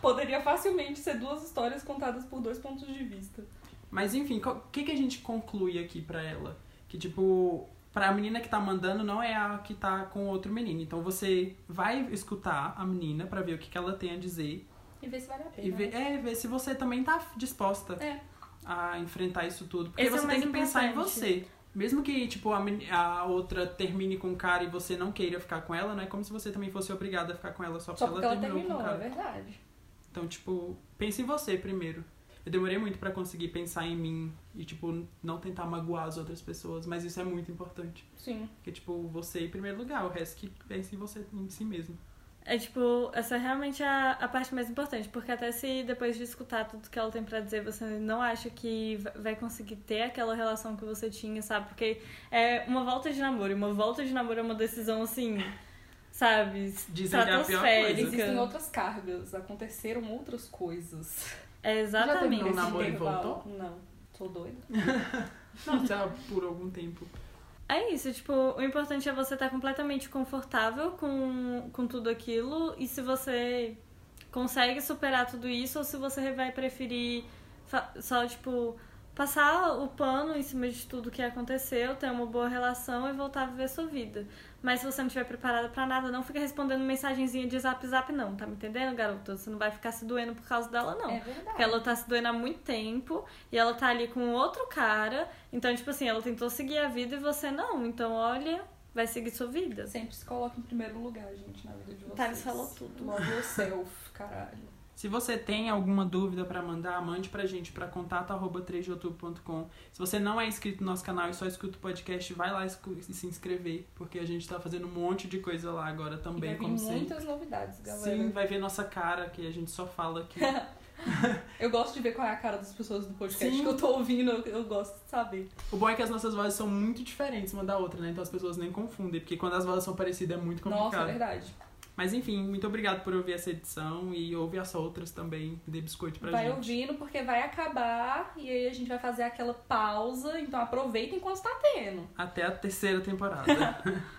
Poderia facilmente ser duas histórias contadas por dois pontos de vista. Mas enfim, o que, que a gente conclui aqui pra ela? Que tipo, pra menina que tá mandando não é a que tá com outro menino. Então você vai escutar a menina pra ver o que, que ela tem a dizer E ver se vale a pena. e ver, é, ver se você também tá disposta É. a enfrentar isso tudo. Porque Esse é o você mais tem que pensar em importante. você. Mesmo que, tipo, a, men- a outra termine com o cara e você não queira ficar com ela, não é como se você também fosse obrigada a ficar com ela só porque, Só porque ela com terminou, o é cara. verdade. Então, tipo, pense em você primeiro. Eu demorei muito pra conseguir pensar em mim e, tipo, não tentar magoar as outras pessoas, mas isso é muito importante. Sim. Porque, tipo, você em primeiro lugar, o resto que pense em você, em si mesmo. É tipo, essa é realmente a, a parte mais importante, porque até se depois de escutar tudo que ela tem pra dizer, você não acha que va- vai conseguir ter aquela relação que você tinha, sabe? Porque é uma volta de namoro, e uma volta de namoro é uma decisão assim, sabe? Dizem que é a pior Estratosférica. coisa. Existem outras cargas, aconteceram outras coisas. É exatamente. Já terminou o namoro e intervalo? voltou? Não, tô doida. Não, sei lá, por algum tempo. É isso, tipo, o importante é você estar completamente confortável com, com tudo aquilo e se você consegue superar tudo isso ou se você vai preferir fa- só, tipo, passar o pano em cima de tudo que aconteceu, ter uma boa relação e voltar a viver sua vida. Mas se você não estiver preparada pra nada, não fica respondendo mensagenzinha de zap zap não, tá me entendendo, garota? Você não vai ficar se doendo por causa dela, não. É verdade. Porque ela tá se doendo há muito tempo e ela tá ali com outro cara. Então, tipo assim, ela tentou seguir a vida e você não. Então, olha, vai seguir sua vida. Sempre se coloca em primeiro lugar, gente, na vida de vocês. Thales falou tudo. Love yourself, caralho. Se você tem alguma dúvida pra mandar, mande pra gente pra contato arroba 3deoutubro.com. Se você não é inscrito no nosso canal e só escuta o podcast, vai lá escu- e se inscrever, porque a gente tá fazendo um monte de coisa lá E agora vai também, vir como sempre. muitas novidades, galera. Sim, vai ver nossa cara, que a gente só fala aqui. Eu gosto de ver qual é a cara das pessoas do podcast Sim. que eu tô ouvindo, eu, eu gosto de saber. O bom é que as nossas vozes são muito diferentes uma da outra, né? Então as pessoas nem confundem, porque quando as vozes são parecidas é muito Nossa, é complicado. verdade. Mas enfim, muito obrigado por ouvir essa edição e ouve as outras também, dê biscoito pra vai gente. ouvindo porque vai acabar e aí a gente vai fazer aquela pausa, então aproveita enquanto tá tendo. Até a terceira temporada.